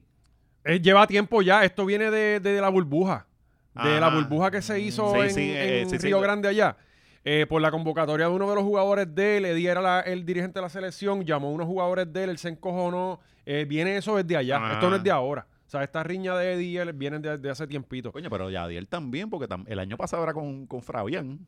Él Eh, lleva tiempo ya, esto viene de, de la burbuja. De la
Ajá.
burbuja que se hizo
Sí,
en,
sí, eh,
en
sí, sí.
Río Grande allá. Eh, por la convocatoria de uno de los jugadores de él, Eddie era la- el dirigente de la selección, llamó a unos jugadores de él, él se encojonó. Eh, viene eso desde allá,
Ajá.
esto no es de ahora. O sea, esta riña de Eddie y él vienen de, de hace tiempito.
Coño, pero Yadiel también, porque tam- el año pasado era con, con Fabián.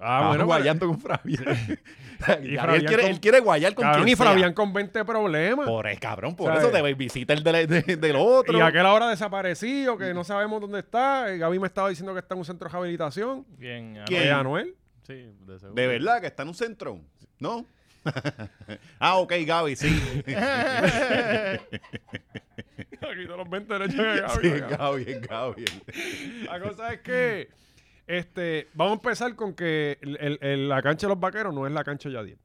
Ah,
Estaba
pero-
guayando con Fabián. Yadiel
Fabián
quiere,
con-
él quiere guayar con
Cabrón,
quien
y
sea.
Fabián con 20 problemas.
Por el cabrón, por
¿Sabes?
eso te visita el del, de- del otro.
Y aquel ahora desaparecido, que no sabemos dónde está. Eh, Gaby me estaba diciendo que está en un centro de rehabilitación.
Bien,
¿Quién?
Eh, Anuel.
sí, de seguro.
De verdad, que está en un centro. ¿No? ah, ok, Gaby, sí.
Quitó los 20 derechos de Gaby,
sí,
cabrón.
Gaby, es Gaby.
La cosa es que este, vamos a empezar con que el- el- el- la cancha de los vaqueros no es la cancha de Yadier,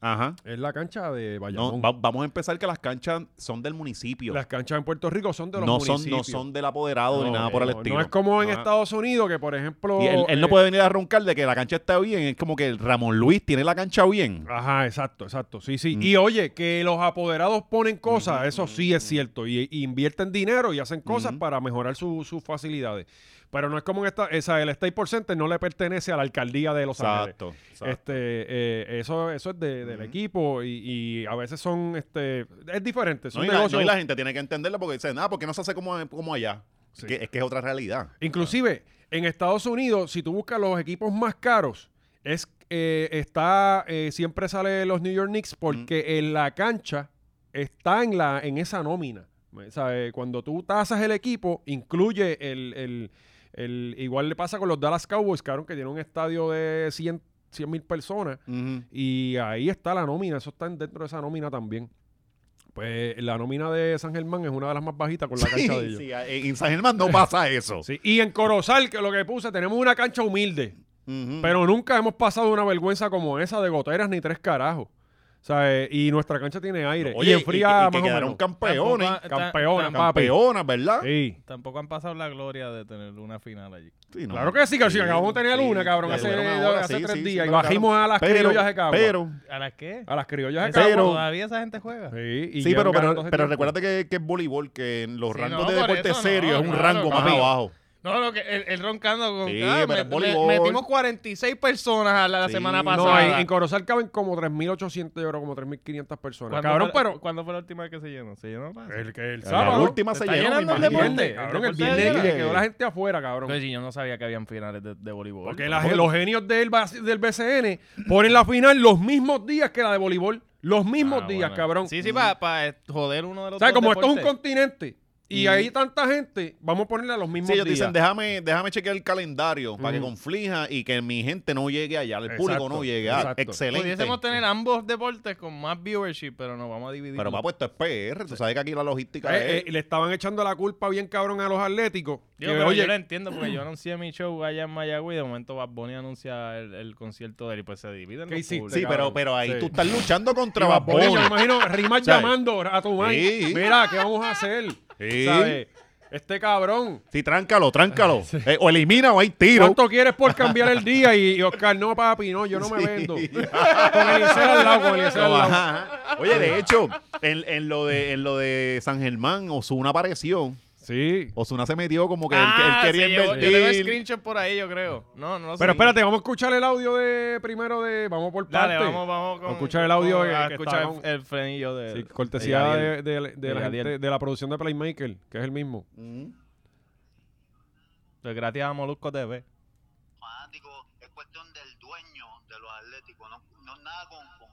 Ajá.
es la cancha de
No,
Bayamón.
va- vamos a empezar que las canchas son del municipio.
Las canchas en Puerto Rico son de los
no, son, no
municipios.
son del apoderado ni nada por el
no,
estilo.
No es como en
Ajá.
Estados Unidos que, por ejemplo...
Y él, él no
eh,
puede venir a roncar de que la cancha está bien. Es como que el Ramón Luis tiene la cancha bien.
Ajá, exacto, exacto. Sí, sí.
Mm.
Y oye, que los apoderados ponen cosas, eso sí
mm.
es cierto. Y, y invierten dinero y hacen cosas
Ujú.
para mejorar su- sus facilidades. Pero no es como en esta, esa, el State Center no le pertenece a la alcaldía de Los Ángeles.
Exacto. exacto.
Este, eh, eso, eso es de- del
Ujú.
equipo y, y a veces son, este, es diferente. Son
No, y la,
negocios.
no, y la gente tiene que entenderlo porque dicen, ah, porque no se hace como, como allá.
Sí.
Que- es que es otra realidad.
Inclusive, en Estados Unidos, si tú buscas los equipos más caros, es eh, está eh, siempre sale los New York Knicks porque en la cancha está en la en esa nómina. O sea, eh, Cuando tú tasas el equipo, incluye el, el- el- igual le pasa con los Dallas Cowboys, cabrón, que tienen un estadio de 100 mil personas.
Ujú.
Y ahí está la nómina, eso está en- dentro de esa nómina también. Pues la nómina de San Germán es una de las más bajitas con la cancha de ellos.
Sí, en San Germán no pasa eso.
Sí, Y en Corozal, que lo que puse, tenemos una cancha humilde.
Ujú.
Pero nunca hemos pasado una vergüenza como esa de goteras ni tres carajos. O sea, eh, y nuestra cancha tiene aire. y
Oye,
enfría
y que
más o
quedaron
menos. eh,
campeones.
Tampoco- ta-
Campeonas,
tam-
papi.
Campeonas, ¿verdad?
Sí.
Tampoco han pasado la gloria de tener una final allí.
Sí, no.
Claro que sí, que sí,
Sí,
acabamos de tener
sí,
una, cabrón,
sí,
hace,
fueron ahora,
hace
sí,
tres
sí, sí,
días. y
pero
bajimos a las
pero-
criollas de Cagua.
Pero,
¿A las
Ah,
qué?
a las criollas de
Esa-
Cagua.
¿Todavía esa gente juega?
Sí, y
sí, pero,
llevan
pero,
ganando hace
pero
tiempo.
recuérdate que, que es voleibol, que en los
Sí,
rangos
no,
de
por
deporte
eso no,
serio es un
claro,
rango más
papi.
abajo.
No, lo que el, el roncando con
Sí,
cada-
pero
me-
es voleibol.
me- metimos 46 personas a la, la
Sí.
semana
No,
No,
pasada.
en, en Corozal caben como 3.800, yo creo, como 3.500 personas.
¿Cuándo
Cabrón,
fue,
pero...
¿Cuándo fue la última vez que se llenó? ¿Se llenó más?
El, que el
La
sábado.
última se
está
llenó,
llenando
me
el
el
imagino.
viernes,
deporte. Pues,
cabrón, el
El deporte
viernes
de
que
ayer.
quedó la gente afuera, cabrón.
Oye, yo no sabía que habían finales de, de voleibol.
Porque
Ah,
las- los genios del, bas- del BCN ponen la final los mismos días que la de voleibol. Los mismos
Ah,
días,
bueno.
cabrón.
Sí, sí, para joder uno de los
O sea,
dos
como esto es un
deportes.
continente y hay tanta gente, vamos a ponerle a los mismos
Sí, ellos
días.
dicen, déjame, déjame chequear el calendario para que
Ujú.
conflija y que mi gente no llegue allá, el
Mm. Exacto,
público no llegue allá.
exacto.
Excelente.
Pudiésemos tener ambos deportes con más viewership, pero nos vamos a dividir.
Pero papo, esto es PR. Tú sabes que aquí la logística
Eh,
es...
eh, le estaban echando la culpa bien cabrón a los atléticos.
Digo,
Que,
pero
oye,
yo lo entiendo porque yo anuncié mi show allá en Mayagüez y de momento Bad Bunny anuncia el, el concierto de él y pues se dividen
¿Qué
los
hiciste,
públicos.
sí, pero, pero ahí
Sí.
tú estás luchando contra
y Bad
Bad
Bunny,
Bunny.
yo me imagino Rimas
¿Sabes?
llamando a tu madre.
Sí.
Mira, ¿qué vamos a hacer?
Sí.
¿Sabes? Este cabrón.
Sí, tráncalo, tráncalo. Eh, o elimina o hay tiro.
¿Cuánto quieres por cambiar el día? Y, y Oscar, no, papi, no, yo no me vendo. con Eliezer al lado, con Eliezer al
Ajá,
lado.
ajá. Oye, de hecho, en, en lo de, en lo de San Germán, Osuna apareció.
Sí.
Osuna se metió como que él-
Ah,
él,
se
quería
llevó- Yo tengo
invertir.
screenshot por ahí, yo creo. No, no lo sé.
Pero espérate, vamos a escuchar el audio de primero de. Vamos por parte.
Dale, vamos, vamos con,
A escuchar el audio
con-
que-
a
que
escuchar
está con-
el, el frenillo de.
Sí, cortesía
de
de,
Gabriel.
de- de la
Gabriel.
gente- de la producción de Playmaker, que es el mismo.
Ujú.
Pues gracias a Molusco TV.
fanático, es cuestión del dueño de los atléticos, no, no es nada con, con,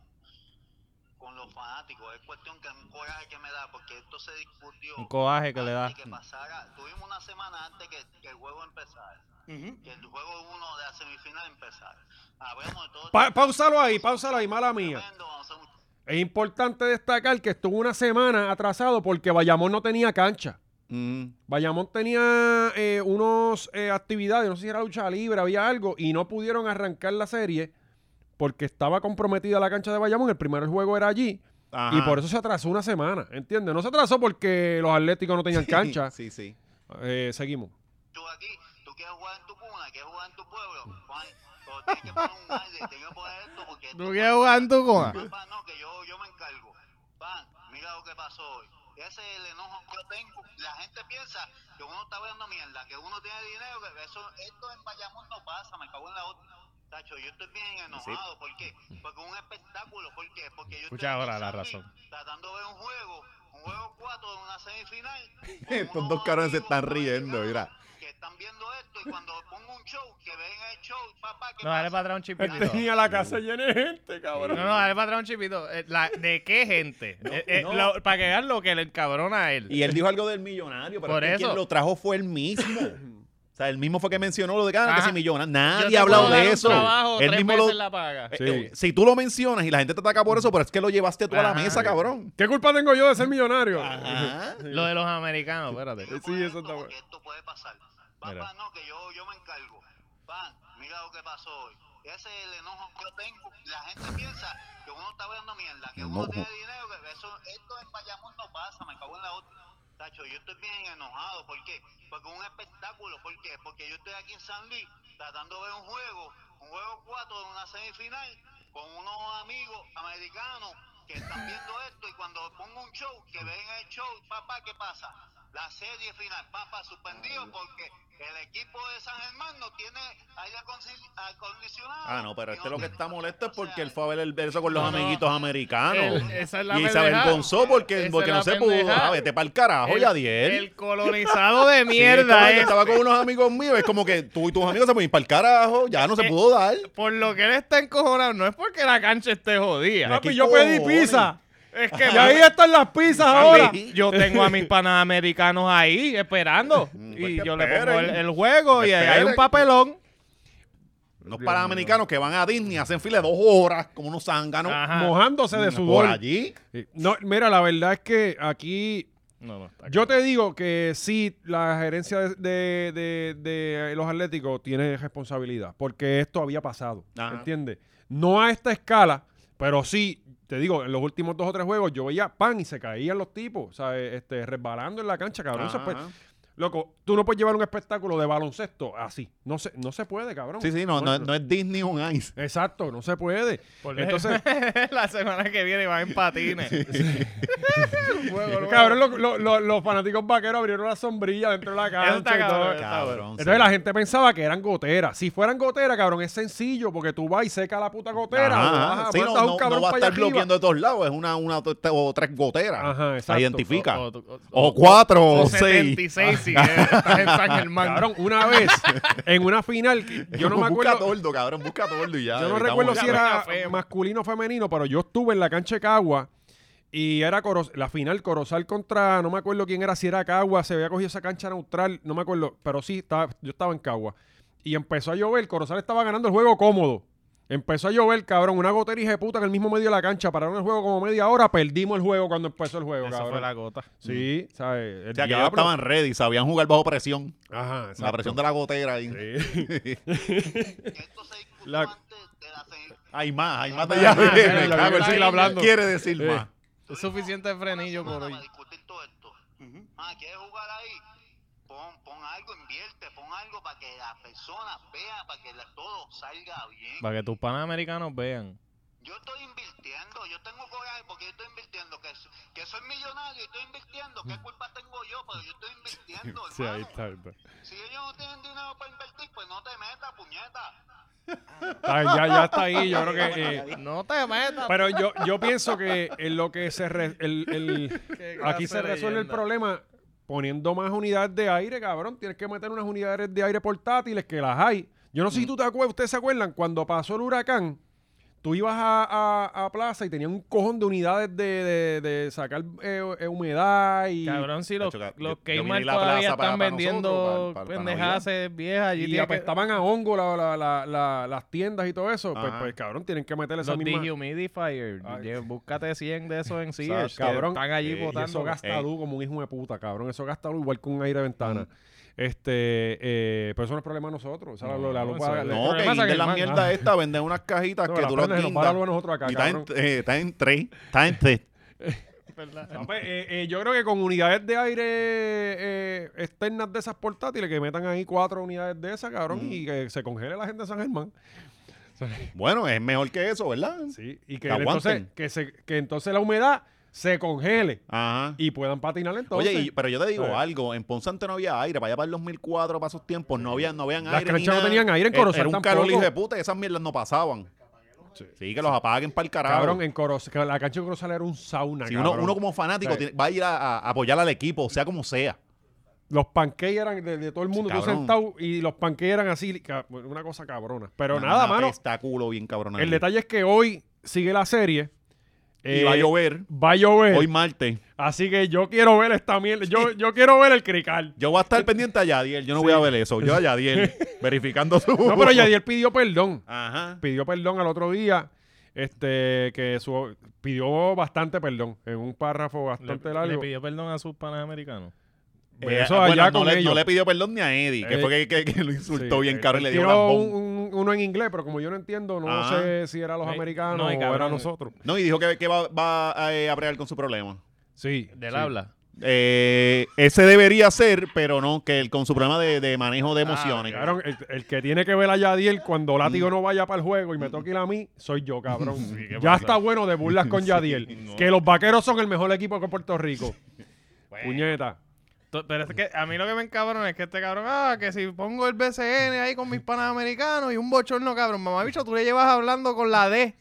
con los fanáticos, es cuestión que un coraje que me da, porque esto se discutió
Un coaje que le da.
antes que pasara, tuvimos una semana antes que, que el juego empezara, que el juego uno de la semifinal empezara. Hablamos de todo esto,
Pa- pausalo ahí, pausalo ahí, mala mía.
tremendo, vamos a hacer un-
Es importante destacar que estuvo una semana atrasado porque Bayamón no tenía cancha.
Ujú.
Bayamón tenía eh, unos eh, actividades, no sé si era lucha libre, había algo, y no pudieron arrancar la serie porque estaba comprometida la cancha de Bayamón. El primer juego era allí
Ajá.
y por eso se atrasó una semana, ¿entiendes? No se atrasó porque los atléticos no tenían cancha.
Sí, sí.
Eh, seguimos.
tú aquí, tú quieres jugar en tu cuna, quieres jugar en tu pueblo, Juan, pero tienes que poner un aire, tienes que poner esto porque... esto-
jugando con?
Papá, no, que yo, yo me encargo. Pan, mira lo que pasó hoy. Ese es el enojo que yo tengo. La gente piensa que uno está hablando mierda, que uno tiene dinero, que eso, esto en Bayamón no pasa, me cago en la otra. Tacho, yo estoy bien enojado, ¿por qué? Porque es un espectáculo, ¿por qué? Porque yo
Escucha
estoy
ahora la
aquí
razón.
tratando de ver un juego, un juego 4 de una semifinal. con
Estos
unos
dos cabrones se
amigos
están riendo, mira.
Que están viendo esto y cuando pongo un show, que ven el show, papá, que
No, dale para atrás un chipito.
Tenía la casa llena de gente, cabrón.
No, no, dale para atrás un chipito. Eh, la- ¿De qué gente? Eh, eh, lo- para que vean lo que le encabrona a él.
Y él dijo algo del millonario, pero
Por
es que
eso.
quien lo trajo fue él mismo. O sea, él mismo fue que mencionó lo de ah, que
Ajá.
si millonario.
Yo
Nadie
te
ha hablado
puedo dar
de
un
eso.
Trabajo,
él
tres
mismo
veces
lo-
la paga.
Eh, eh, si tú lo mencionas y la gente te ataca por eso, pero es que lo llevaste tú a la
Ajá.
mesa, cabrón.
¿Qué culpa tengo yo de ser millonario?
Ajá.
Lo de los americanos, espérate.
Yo puedo esto porque Esto puede pasar. Papá,
Mira.
no, que yo, yo me encargo. Pan, mira lo que pasó hoy. Ese es el enojo que yo tengo. La gente piensa que uno está hablando mierda, que uno
No.
tiene dinero, que eso, esto en Bayamón no pasa, me cago en la otra. Tacho, yo estoy bien enojado, ¿por qué? Porque es un espectáculo, ¿por qué? Porque yo estoy aquí en San Luis tratando de ver un juego, un juego 4 de una semifinal, con unos amigos americanos que están viendo esto y cuando pongo un show, que ven el show, papá, ¿qué pasa? La serie final, papá, suspendido porque el equipo de San Germán no tiene aire acon- acondicionado.
Ah, no, pero
y
este lo que
tiene-
está molesto es
o
porque
sea,
él fue a ver el verso con los
No, no.
amiguitos americanos.
El- esa es la
y se
pendeja.
avergonzó porque,
Esa
porque
es
no
la
se pudo.
pendeja.
Ah, vete para el carajo,
El-
Yadiel.
El colonizado de
Sí,
mierda
cabrón, yo
es.
estaba con unos amigos míos. Es como que tú y tus amigos se pueden ir para el carajo. Ya no se
Eh,
pudo dar.
Por lo que él está encojonado, no es porque la cancha esté jodida.
Papi,
¿qué
yo pedí
cojones?
pizza.
Es que
Y ahí están las pizzas ahora.
yo tengo a mis panamericanos ahí esperando.
pues
y
que
yo le pongo el,
esperen.
el juego y
Que
hay un
esperen.
papelón.
Unos
Dios
panamericanos que van a Disney, hacen fila de dos horas, como unos zánganos.
Ajá.
mojándose de
Mm, Por
sudor.
allí.
No, mira, la verdad es que aquí
No, no, está
Yo te digo que sí, la gerencia de, de- de- de los Atléticos tiene responsabilidad, porque esto había pasado,
Ajá.
¿entiendes? No a esta escala, pero sí, te digo, en los últimos dos o tres juegos yo veía pan y se caían los tipos, ¿sabes? Este, resbalando en la cancha, cabrón. pues,
Ajá,
se puede-
ajá.
loco, tú no puedes llevar un espectáculo de baloncesto así, no se, no se puede, cabrón.
Sí, sí, no, no, no es Disney on Ice.
Exacto, no se puede. Entonces,
la semana que viene va en patines. Juego nuevo.
cabrón, lo- lo- lo- los fanáticos vaqueros abrieron la sombrilla dentro de la cancha.
Eso está
y todo.
cabrón.
Cabrón.
Entonces
sí.
la gente pensaba que eran goteras. Si fueran goteras, cabrón, es sencillo porque tú vas y seca la puta gotera.
Ajá,
lo
ajá.
bajas,
Sí, no,
aguantas
no-
un
no
cabrón
va a
para
estar
allá arriba.
bloqueando de todos lados, es una, una o, o tres goteras.
Ajá, exacto.
Se identifica. O,
O- o- o-
cuatro o,
O
seis.
76 si quieres, estás eh, en San Germán.
Ah. Cabrón, una vez en una final, que yo no me
Busca
acuerdo.
tordo, cabrón, busca tordo y ya.
Yo no
evitamos
recuerdo
eso.
si
buscando
era eh,
café.
masculino o femenino, pero yo estuve en la cancha de Cagua y era Coros- la final Corozal contra, no me acuerdo quién era, si era Cagua, se había cogido esa cancha neutral, no me acuerdo, pero sí, estaba, yo estaba en Cagua. Y empezó a llover, Corozal estaba ganando el juego cómodo. Empezó a llover, cabrón, una gotera de puta en el mismo medio de la cancha, pararon el juego como media hora, perdimos el juego cuando empezó el juego,
Esa
cabrón.
fue la gota.
Sí, ¿sabes? El
O sea, que ellos
diablo.
estaban ready, sabían jugar bajo presión.
Ajá,
La
exacto.
presión de la gotera ahí.
Esto se discutió
La-
antes de la se-
Hay más, hay más de
Ajá,
allá.
ajá,
Me
lo
cago
que
en
sigue
su-
hablando.
Quiere decir
Eh.
más.
Es suficiente frenillo por
Una
hoy.
Para discutir todo esto. Ah, ¿quieres jugar ahí? Pon, pon algo, invierte, pon algo para que las personas vean, para que la- todo salga bien.
Para que tus panamericanos vean.
Yo estoy invirtiendo, yo tengo coraje porque yo estoy invirtiendo, que, s- que soy millonario y estoy invirtiendo, ¿qué culpa tengo yo? Pero yo estoy invirtiendo,
Mm. Sí, ahí
hermano.
está. ahí está.
Si ellos no tienen dinero para invertir, pues no te metas, puñeta.
Está- ya, ya está ahí, yo creo que... eh,
No te metas.
Pero yo, yo pienso que en lo que se re- el- el-
Qué
aquí se
clase de
resuelve el
leyenda.
problema poniendo más unidades de aire, cabrón. Tienes que meter unas unidades de aire portátiles que las hay. Yo
Mm.
no sé si tú te acuerdas, ustedes se acuerdan, cuando pasó el huracán, tú ibas a, a- a plaza y tenían un cojón de unidades de, de- de sacar eh, eh, humedad y...
Cabrón, si los,
Tacho, ca-
los
yo- yo
Kmart
miré la
todavía
plaza
están
para- para
vendiendo
nosotros, para- para- para
pendejadas eh, viejas. Allí
Y
tiene que-
apestaban a hongo la- la- la- la- las tiendas y todo eso. Pues,
Ajá.
pues, cabrón, tienen que meter esa
Los
misma...
dehumidifier.
Ay.
lle- Búscate 100 de esos en Sears. que
cabrón.
Están
Eh,
allí
Y eso
botando.
gasta
Ey.
luz como un hijo de puta, cabrón. Eso gasta luz igual que un aire de ventana. Este, eh, pero eso no es problema de nosotros. O sea, la- la,
No,
la luz
eso
va-
es-
la-
No,
el
que
problema es
venden la
el man-
mierda esta, venden unas cajitas
No,
que
la
tú las
prende, nos va a dar algo
guindas.
a nosotros acá,
Y está en,
cabrón.
eh, está en tres, está en tres.
Ah, pues, eh, eh, yo creo que con unidades de aire eh, externas de esas portátiles que metan ahí cuatro unidades de esas, cabrón,
Mm.
y que se congele la gente de San Germán.
Bueno, es mejor que eso, ¿verdad?
Sí, y que,
Que
entonces,
aguanten.
que, se- que entonces la humedad se congele
Ajá.
y puedan patinar entonces.
Oye, y- pero yo te digo
Eh.
algo, en Ponce antes no había aire, para allá para el 2004, para esos tiempos, no había, no habían
Las
aire. ni
canchas no
nada.
tenían aire, en
Era-
Corozal
Era un
tampoco.
calor hijo de puta y esas mierdas no pasaban. Sí, que los apaguen para el carajo.
cabrón, en Corozal, que la cancha de Corozal era un sauna,
Si uno,
cabrón.
uno como fanático
Sí.
tiene- va a ir a, a apoyar al equipo, sea como sea.
Los pancakes eran de, de todo el mundo, tú
cabrón.
sentado, y los pancakes eran así, ca- una cosa cabrona. Pero
Una-
nada,
una
mano,
Espectáculo bien cabrón.
el detalle es que hoy sigue la serie.
Y
Eh,
va a llover.
Va a llover.
Hoy martes.
así que yo quiero ver esta mierda. Yo, yo quiero ver el crical.
Yo voy a estar pendiente a Yadiel. Yo no voy a ver eso. Yo a Yadiel. verificando su.
No, pero Yadier pidió perdón.
Ajá.
Pidió perdón al otro día. Este, que su, pidió bastante perdón en un párrafo
Le,
bastante
le
largo.
pidió perdón a sus panamericanos.
Pero
Eh,
eso
bueno,
allá
no,
con
le,
ellos.
no le pidió perdón ni a Eddie, que
Eh,
fue que, que- que lo insultó
Sí,
bien
eh,
caro y le dio
tiró
una bomba. Ah.
un- un- uno en inglés, pero como yo no entiendo, no
Ajá.
sé si era los
No, y-
americanos
no, y
o era
cabrón. eh.
nosotros.
No, y dijo que, que va, va a, eh, a bregar con su problema.
Sí.
Del
sí.
habla.
Eh, ese debería ser, pero no, que el, con su problema de, de manejo
Ah,
de emociones.
Cabrón, el, el que tiene que ver a Yadiel cuando Látigo
Mm.
no vaya para el juego y me toque ir a mí, soy yo, cabrón. ya está bueno de burlas con Yadiel. Que los vaqueros son el mejor equipo que Puerto Rico. Puñeta.
To- Pero es que a mí lo que me encabrona es que este cabrón, ah, que si pongo el BCN ahí con mis panamericanos y un bochorno, cabrón, mamá bicho, tú le llevas hablando con la D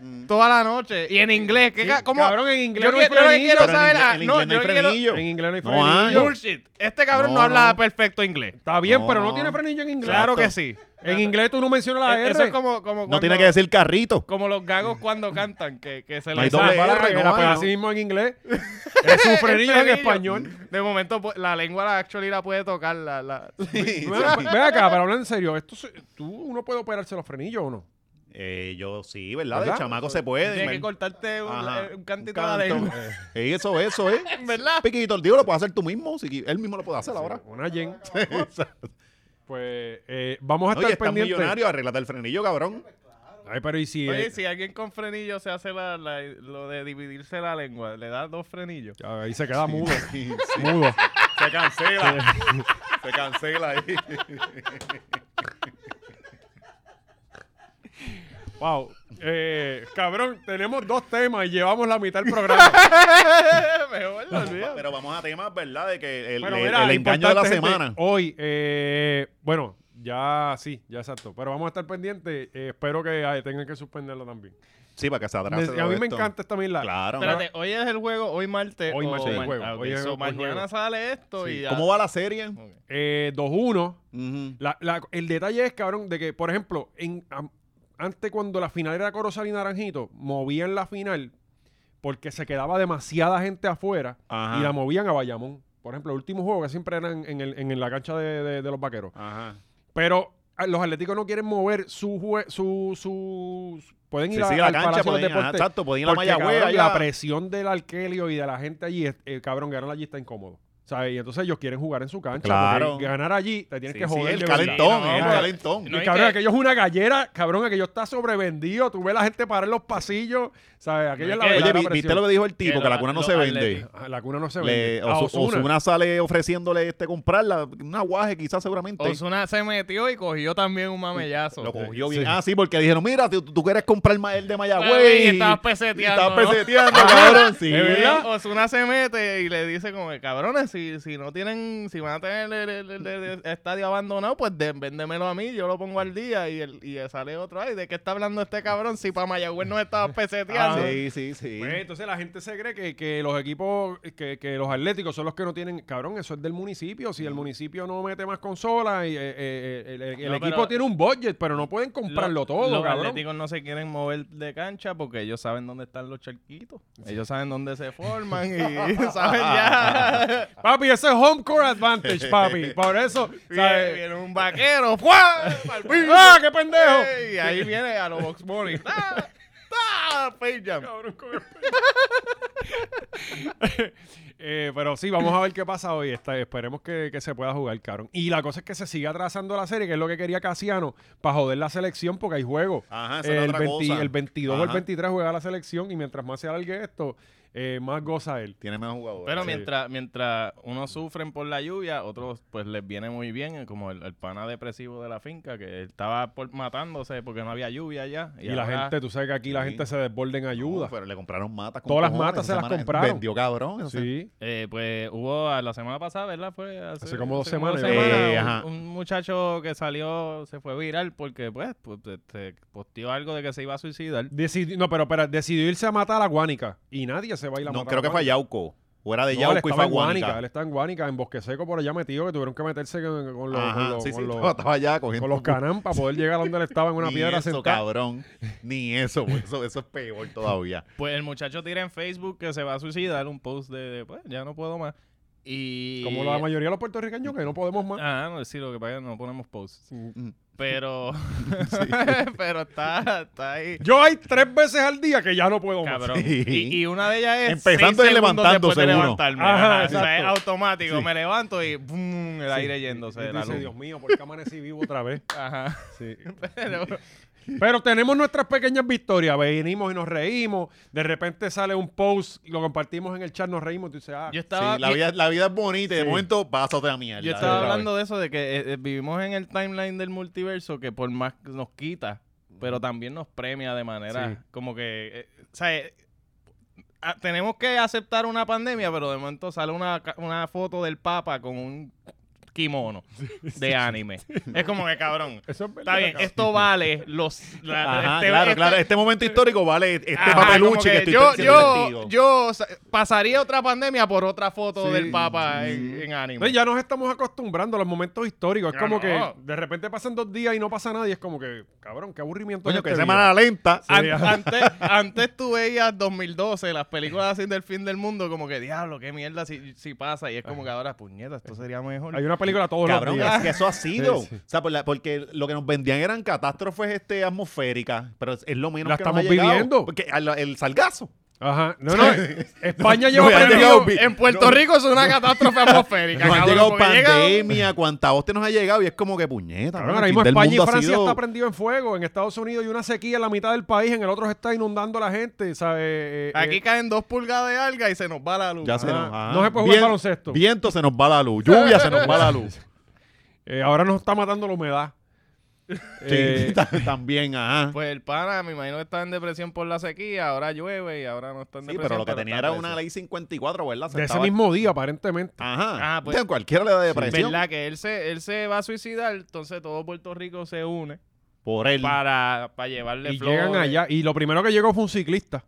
Mm.
toda la noche. Y en inglés. ¿qué ca- ¿Cómo?
Cabrón, en inglés
yo,
no
qui-
hay
yo lo que
frenillo.
quiero
Pero en
saber.
inglés-
ah,
en
no,
inglés no
yo
hay
quiero-
frenillo.
En inglés no hay
No
frenillo.
hay.
Bullshit. Este cabrón no,
No,
habla
no.
perfecto inglés.
Está bien, pero no
No.
tiene frenillo en inglés.
Claro que
Exacto.
sí.
En inglés tú no mencionas la
E-
R.
Eso es como, como
No
cuando-
tiene que decir carrito.
Como los gagos cuando cantan, que, que se
No
les
hay doble
zapa la
R,
regla,
no
pues
Pues
hay, ¿no?
así mismo en inglés. Es un frenillo en
frenillo.
español.
así- De momento, pues, la lengua la actually la puede tocar. La, la-
Mira, Ve acá, pero habla en serio. Esto se- ¿Tú uno puede operarse los frenillos o no?
Eh, yo sí, ¿verdad?
¿Verdad?
De chamaco se puede.
Tiene
men.
que cortarte un,
Ajá.
eh, un cantito
Un
de la
canto.
lengua.
Eh, Eso, eso, ¿eh?
¿Verdad?
Piquito, el digo lo puedes hacer tú mismo. Si qui- él mismo lo puede hacer ahora.
Una yen.
Ah. Exacto.
Pues eh, vamos a estar
Oye, estás
pendientes.
millonario, arréglate el frenillo, cabrón.
Ay, pero y si.
Oye,
eh,
si alguien con frenillo se hace la- la- lo de dividirse la lengua, le da dos frenillos.
Ahí se queda mudo.
Sí,
Mudo.
Se cancela. Se cancela ahí.
Wow. Eh, cabrón, tenemos dos temas y llevamos la mitad del programa.
Mejor lo olvido.
Pero vamos a temas, ¿verdad? De que el,
Bueno,
el-
mira,
el
lo
engaño de la
importante, gente,
semana.
Hoy, eh, bueno, ya sí, ya exacto. Pero vamos a estar pendientes. Eh, espero que ay, tengan que suspenderlo también.
Sí, para que se atrase.
Me- a
todo
mí me
esto.
encanta esta mierda.
Claro.
Espérate, hoy es el juego, hoy martes.
Hoy
o
martes el
ma-
juego,
ah, ok,
hoy es
so
el
mañana
juego.
sale esto
Sí.
y ya.
¿Cómo va la serie?
Eh, 2-1.
Ujú.
La- la- el detalle es, cabrón, de que, por ejemplo, en, am- antes cuando la final era Corozal y Naranjito, movían la final porque se quedaba demasiada gente afuera
Ajá.
y la movían a Bayamón. Por ejemplo, el último juego que siempre eran en, el- en la cancha de, de- de los vaqueros.
Ajá.
Pero ah, los atléticos no quieren mover su jue- su, su, su- pueden
Sí,
ir
sí,
a,
la
al
cancha,
Palacio de
podían,
los
ajá,
Deportes.
exacto, podían la
Porque,
Mayagüez.
cabrón,
allá.
la presión del Arkelio y de la gente allí, es- eh, cabrón, ganar allí está incómodo. ¿Sabes? Y entonces ellos quieren jugar en su cancha.
Claro.
porque Ganar allí te tienes
Sí,
que
sí,
joder.
el
de verdad.
calentón,
Sí, no,
el
no,
calentón.
no,
Y
y
cabrón,
que-
aquello es una gallera, cabrón, aquello está sobrevendido. Tú ves la gente parar en los pasillos, ¿sabes? Aquello es la
Oye,
verdadera
Oye, vi-
presión.
¿viste lo que dijo el tipo?
Que
Que la
lo-
cuna no
lo
se
atlético.
vende.
Ah, La cuna no se Ah, ve.
Le, Osu- Osuna sale ofreciéndole este comprarla, un aguaje quizás seguramente.
Osuna se metió y cogió también un mamellazo.
Lo cogió bien. Ah, sí, porque dijeron, mira, tú, tú quieres comprar más el de
Claro,
Mayagüez.
y
y-
estabas
y
peseteando,
estabas
¿no?
peseteando, cabrón. Sí.
Es verdad.
Osuna se mete y le dice como que cabrones, si, si no tienen, si van a tener el, el- el- el- el estadio abandonado, pues de- véndemelo a mí, yo lo pongo al día y, el, y sale otro, ay, ¿de qué está hablando este cabrón? Si para Mayagüez no estaba peseteando.
Ah, Sí, sí, sí.
Ah. Pues, entonces la gente se cree que, que los equipos, que, que los atléticos son los que no tienen. Cabrón, eso es del municipio. Si el municipio no mete más consolas, y, eh, eh, el, el- el
No,
equipo
pero-
tiene un budget, pero no pueden comprarlo
Lo-
todo,
los
cabrón.
atléticos no se quieren mover de cancha porque ellos saben dónde están los charquitos. Ellos saben dónde se forman y saben ya.
Papi, ese es home court advantage, papi. Por eso, eh,
Viene,
¿sabes?
viene un vaquero. ¡fua! Pa'l piso.
¡Ah, qué pendejo!
Y ahí viene a los Box Bunny. ¡Ah! ¡Ah!
pues,
Pearl Jam.
Cabrón, con el- Eh, pero sí, vamos a ver qué pasa hoy. Esta- esperemos que, que se pueda jugar, cabrón. Y la cosa es que se siga atrasando la serie, que es lo que quería Casiano, para joder la selección, porque hay juego.
Ajá, esa era
el,
otra
20
cosa.
el 22 o el
Ajá.
23 juega la selección y mientras más se alargue esto, eh, más goza él.
Tiene más jugadores.
Pero
Sí.
mientras, mientras unos sufren por la lluvia, otros pues les viene muy bien, eh, como el, el pana depresivo de la finca, que estaba por- matándose porque no había lluvia allá.
Y, la
ahora-
gente, tú sabes que aquí la
Sí.
gente se desborda en ayuda.
No, pero le compraron matas. con
Todas las
cojones,
matas se
esa
las
semana
compraron.
Vendió cabrón. eso sí.
sí.
Eh, pues hubo a la semana pasada, ¿verdad? Fue hace,
Hace como dos semanas,
¿verdad?
un-
Eh, ajá.
un, muchacho que salió, se fue viral porque, pues, pues, este, posteó algo de que se iba a suicidar.
Decidi- no, pero, pero decidió irse a matar a la Guánica y nadie se va a ir a
No,
matar a
creo que
Guánica.
fue Yauco. O era de
No, él
Yauco y
estaba
fue
en Guánica.
Guánica.
Él está en Guánica, en Bosque Seco, por allá metido, que tuvieron que meterse con, con los, con
Ajá,
los-
sí, sí.
con los-
estaba- Estaba allá cogiendo.
con los canán para poder llegar a donde él estaba en una
Ni
piedra
eso,
sentada.
cabrón. Ni eso, pues, eso, eso es peor todavía.
Pues el muchacho tira en Facebook que se va a suicidar un post de, de, pues, ya no puedo más. Y...
Como la mayoría de los puertorriqueños que no podemos más.
Ah, no, sí, lo que pasa es que no ponemos posts.
Mm.
Pero... pero está, está ahí.
Yo hay tres veces al día que ya no puedo más.
Cabrón.
Sí.
Y, y una de ellas es.
Empezando
seis
y
segundos después
levantándose
de
uno.
levantarme.
Ajá,
Ajá, o sea, es
exacto.
automático. Me levanto y ¡bum! el aire yéndose de
Él
la
dice,
luz.
Dios mío, ¿por qué amanecí vivo otra vez?
Ajá.
Sí.
Pero,
Pero tenemos nuestras pequeñas victorias. Venimos y nos reímos. De repente sale un post y lo compartimos en el chat, nos reímos. Tú dices, ah,
yo estaba.
Sí, la,
yo-
vida, la vida es bonita y de
Sí.
momento pasa otra mierda.
Yo estaba
Sí.
hablando de eso, de que eh, eh, vivimos en el timeline del multiverso que por más que nos quita, pero también nos premia de manera
Sí.
como que, eh, o sea, eh, ah, a- tenemos que aceptar una pandemia, pero de momento sale una, ca- una foto del Papa con un kimono de anime. Es como que cabrón.
Eso es verdad,
Está bien,
cabrón.
esto vale los. la-
Ajá,
este-
claro,
este-
claro. Este momento histórico vale este
Ajá, como
papeluche
que
que estoy
yo,
siendo
yo,
testigo.
yo sa- pasaría otra pandemia por otra foto
Sí,
del Papa en, en anime.
No, y ya nos estamos acostumbrando a los momentos históricos. Es
Ya
como
no.
que de repente pasan dos días y no pasa nadie. Es como que, cabrón, qué aburrimiento.
Coño,
es
que
este
semana lenta.
An- antes, antes tú veías 2012, las películas así del fin del mundo, como que diablo, qué mierda si, si pasa. Y es como que ahora, puñeta, esto sería
día.
mejor.
Hay una película todos
Cabrón,
los días.
es que eso ha sido.
Sí, sí.
O sea, por la- porque lo que nos vendían eran catástrofes este, atmosféricas, pero es lo menos
La
que nos ha
estamos
llegado.
viviendo.
Porque al- el, salgazo.
Ajá. No, no. España
no,
lleva
ya
perdido-
llegado-
en Puerto Rico es una catástrofe atmosférica.
Nos han
cabrón,
llegado
porque llega-
pandemia, cuánta hostia nos ha llegado y es como que puñeta.
Cabrón,
mano,
ahora
el
mismo
fin del
España y
mundo ha
Francia
sido-
está prendido en fuego. En Estados Unidos hay una sequía en la mitad del país, en el otro se está inundando la gente. ¿sabes? Eh, eh,
Aquí
eh,
caen dos pulgadas de alga y se nos va la luz. Ah,
Ya se
Ajá.
nos ajá.
Ah, No se puede jugar
Vien-
baloncesto.
Viento se nos va la luz, lluvia se nos va la luz.
eh, ahora nos está matando la humedad.
Sí,
Eh,
ta- también, ajá.
Pues el pana, me imagino que está en depresión por la sequía, ahora llueve y ahora no está en
Sí,
depresión.
pero lo que tenía
está
era una
preso.
ley 54, ¿verdad? Se
de ese
estaba-
mismo día, aparentemente.
Ajá.
Ah, pues-
Tío, cualquiera le da depresión.
¿Verdad? Que él se, él se va a suicidar, entonces todo Puerto Rico se une
Por él.
para, para llevarle
Y
flores.
llegan allá. Y lo primero que llegó fue un ciclista.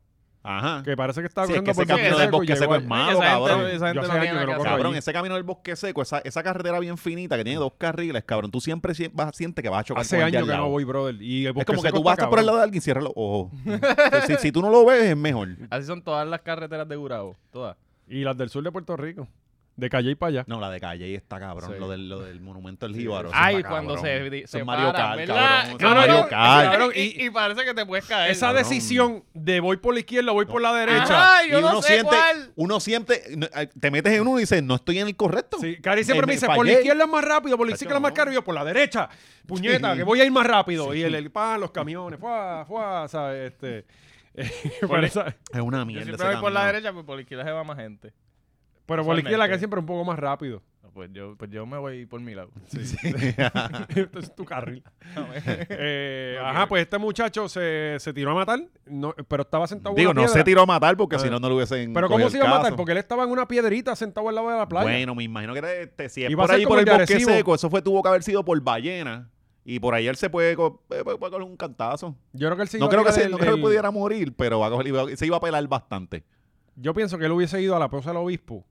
Ajá.
Que parece que estaba
Sí, es
corriendo
que ese
por
camino del
Campo
bosque
Seco y
seco es
llegó
más-
allá.
Ay,
Malo,
esa gente-
cabrón.
esa gente
Yo hace
no tiene
años que no
nada que
corro
hacer.
allí.
Cabrón, ese camino del bosque seco, esa, esa carretera bien finita que tiene dos carriles, cabrón. Tú siempre sien- vas, sientes que vas a chocar
Hace
con el de
años
al
que no
lado.
voy, brother. Y el
Es
Bosque
como que
Seco
tú
está
vas por el
cabrón.
lado de alguien, cierra los ojos. Entonces, si, si tú no lo ves, es mejor.
Así son todas las carreteras de Gurabo, todas.
Y las del sur de Puerto Rico. De Calle y para allá.
No, la de calle ahí está, cabrón.
Sí.
Lo, del, lo del monumento del Jíbaro. eso
Ay,
está
cuando
cabrón.
se,
Eso
se
es Mario
paran,
Kart,
¿verdad?
cabrón. Eso
No,
es
no,
Mario
no.
Kart.
Cabrón,
y,
y-
y parece que te puedes caer.
Esa
cabrón.
decisión de voy por la izquierda, voy por la derecha.
Ajá. Ay, yo no sé
siente,
cuál.
uno siente, no, ay, te metes en uno y dices, no estoy en el correcto.
Sí, Cari siempre
Eh,
me
me
dice,
fallé.
por la izquierda es más rápido, por la izquierda es más
no.
caro. Y yo, por la derecha, puñeta,
Sí.
que voy a ir más rápido. Y el, el pan, los camiones, fuá, fuá, ¿sabes? Este, eh, pero, esa-
Es una
Yo
mierda.
siempre
ese
voy por la
camino.
derecha, pues por la izquierda se va más gente.
pero por la izquierda que
Usualmente.
siempre es un poco más rápido.
Pues yo, pues yo me voy por mi lado. Ah.
Este es tu carril. Eh, ajá, pues este muchacho se, se tiró a matar, no, pero estaba sentado en
Digo,
una
no se
piedra.
tiró a matar porque
Ah.
si no, no lo hubiesen.
Pero ¿cómo
cogido
se
el
iba a matar?
caso.
Porque él estaba en una piedrita sentado al lado de la playa.
Bueno, me imagino que era este, si es
Iba a
por
ser
ahí
como
por
el
el,
de
bosque
Arecibo.
seco, eso fue tuvo que haber sido por ballena. Y por ahí él se puede, co- eh, puede- puede coger un cantazo.
yo creo que él se
no
iba a
creo que,
tirar
se, no
el-
creo que
el-
pudiera morir, pero va a coger- iba- se iba a pelar bastante.
Yo pienso que él hubiese ido a la plaza del obispo.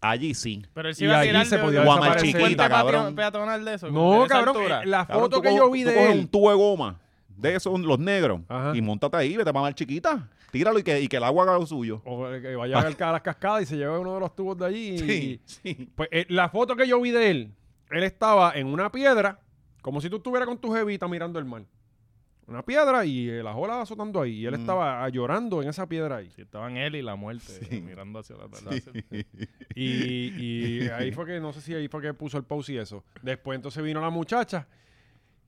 Allí sí.
Pero él
Y allí se podía
Guamá
desaparecer.
chiquita,
puente
cabrón.
patio- peatonal de eso. como
No,
de esa
cabrón,
altura.
eh, la
Cabrón,
foto
tú
que
co-
yo vi
tú
de
coges
él.
un tubo de goma de esos, los negros,
Ajá.
y montate ahí, vete para mal chiquita. Tíralo y que, y que el agua haga lo suyo.
O eh, que vaya al ca- a las cascadas y se lleve uno de los tubos de allí. y-
Sí, sí.
Pues eh, la foto que yo vi de él, él estaba en una piedra, como si tú estuvieras con tu jevita mirando el mar. Una piedra y eh, las olas azotando ahí. Y él
Mm.
estaba ah, llorando en esa piedra ahí.
Sí, estaban él y la muerte
Sí.
mirando hacia la tarde.
Y, y ahí fue que, no sé si ahí fue que puso el pause y eso. Después entonces vino la muchacha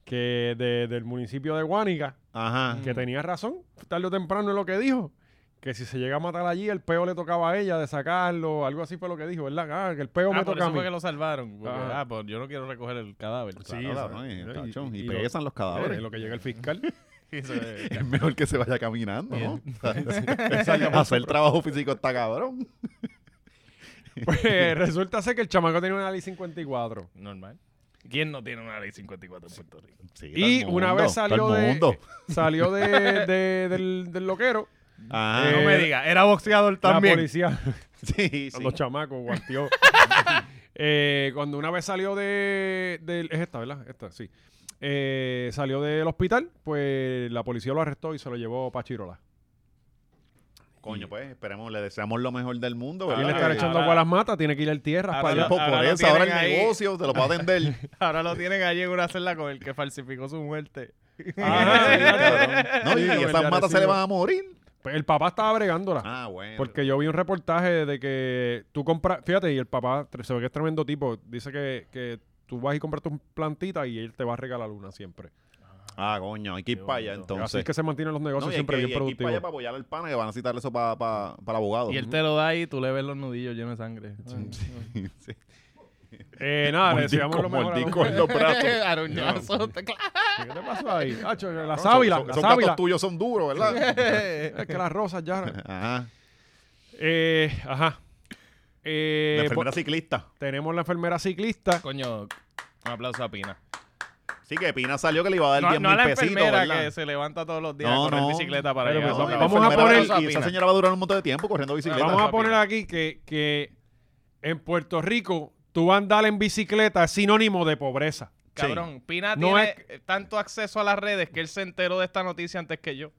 que de- del municipio de Guánica,
Ajá.
Mm.
que tenía razón, tarde o temprano es lo que dijo. Que si se llega a matar allí, el peo le tocaba a ella de sacarlo, algo así fue lo que dijo, ¿verdad? Ah, que el peo
Ah,
me
por
toca a
eso
mí.
fue que lo salvaron. porque,
Ajá.
ah, pues yo no quiero recoger el cadáver.
Sí,
Claro.
exacto.
¿no? Y,
Y-
tacho, y
y lo-
pesan los
Eh,
cadáveres.
lo que llega el fiscal.
Eso es.
Es mejor que se vaya caminando, ¿no?
Salga por
Hacer trabajo físico está cabrón.
Pues resulta ser que el chamaco tenía una ley 54.
Normal. ¿Quién no tiene una ley 54 en Puerto Rico?
Sí, todo
Y
el
una
mundo,
vez salió
todo el mundo.
de, eh, salió de, de- del, del loquero,
Ajá.
Eh,
no me diga, era boxeador
la
también.
policía,
Ah, sí, sí.
los chamacos, guanteó. Eh, cuando una vez salió de, del- es esta, ¿verdad? Esta, sí. Eh, salió del hospital, pues la policía lo arrestó y se lo llevó para Chirola.
Coño, pues esperemos, le deseamos lo mejor del mundo. ¿verdad?
y le
está
están
Eh,
echando
ahora-
agua a las matas, tiene que ir al tierra para
ahora-
allá.
por- por
ahora lo
eso, ahora el
tienen ahí.
negocio se lo va a vender.
Ahora lo tienen allí en una celda con el que falsificó su muerte.
Ajá, sí, cabrón.
Ah, No, y,
Sí,
y
con el de
esas matas se le
Arecibo.
van a morir.
Pues el papá estaba bregándola.
Ah, bueno.
Porque yo vi un reportaje de que tú compras, fíjate, y el papá tre- se ve que es tremendo tipo, dice que, que tú vas y compras tus plantitas y él te va a regalar una siempre.
Ah, coño, hay que ir para allá
Así
entonces.
es que se mantienen los
No,
negocios
y hay
siempre
que- y
bien
hay que ir para allá
productivos.
para apoyar al pana que van a citar eso para, para, para el abogado. Mm.
Y él te lo da y tú le ves los nudillos llenos de sangre. Ay,
Sí.
Eh, nada, le
Mordisco,
deseamos lo mejor. a los-
mordisco en los brazos.
Aruñazo, te-
¿Qué te pasó ahí? Hacho, la
Son-
sábila,
son-
la
Esos
sábila.
gatos tuyos son duros, ¿verdad?
Es que las rosas ya...
Ajá.
Eh, ajá. Eh,
la
po-
enfermera ciclista.
tenemos la enfermera ciclista.
Coño, un aplauso a Pina.
Sí, que Pina salió que le iba a dar
No,
10
no a
mil
la
pesitos,
enfermera
¿verdad?
que se levanta todos los días
No,
a correr
no. pues,
bicicleta para
Pero,
llegar.
pero,
a
No, y
la
la
vamos a
enfermera
poner-
era- Y esa
Pina.
señora va a durar un montón de tiempo corriendo bicicleta.
Vamos a
Rápido.
poner aquí que, que en Puerto Rico tú andar en bicicleta es sinónimo de pobreza.
Cabrón, Pina
No
tiene tanto acceso a las redes que él se enteró de esta noticia antes que yo.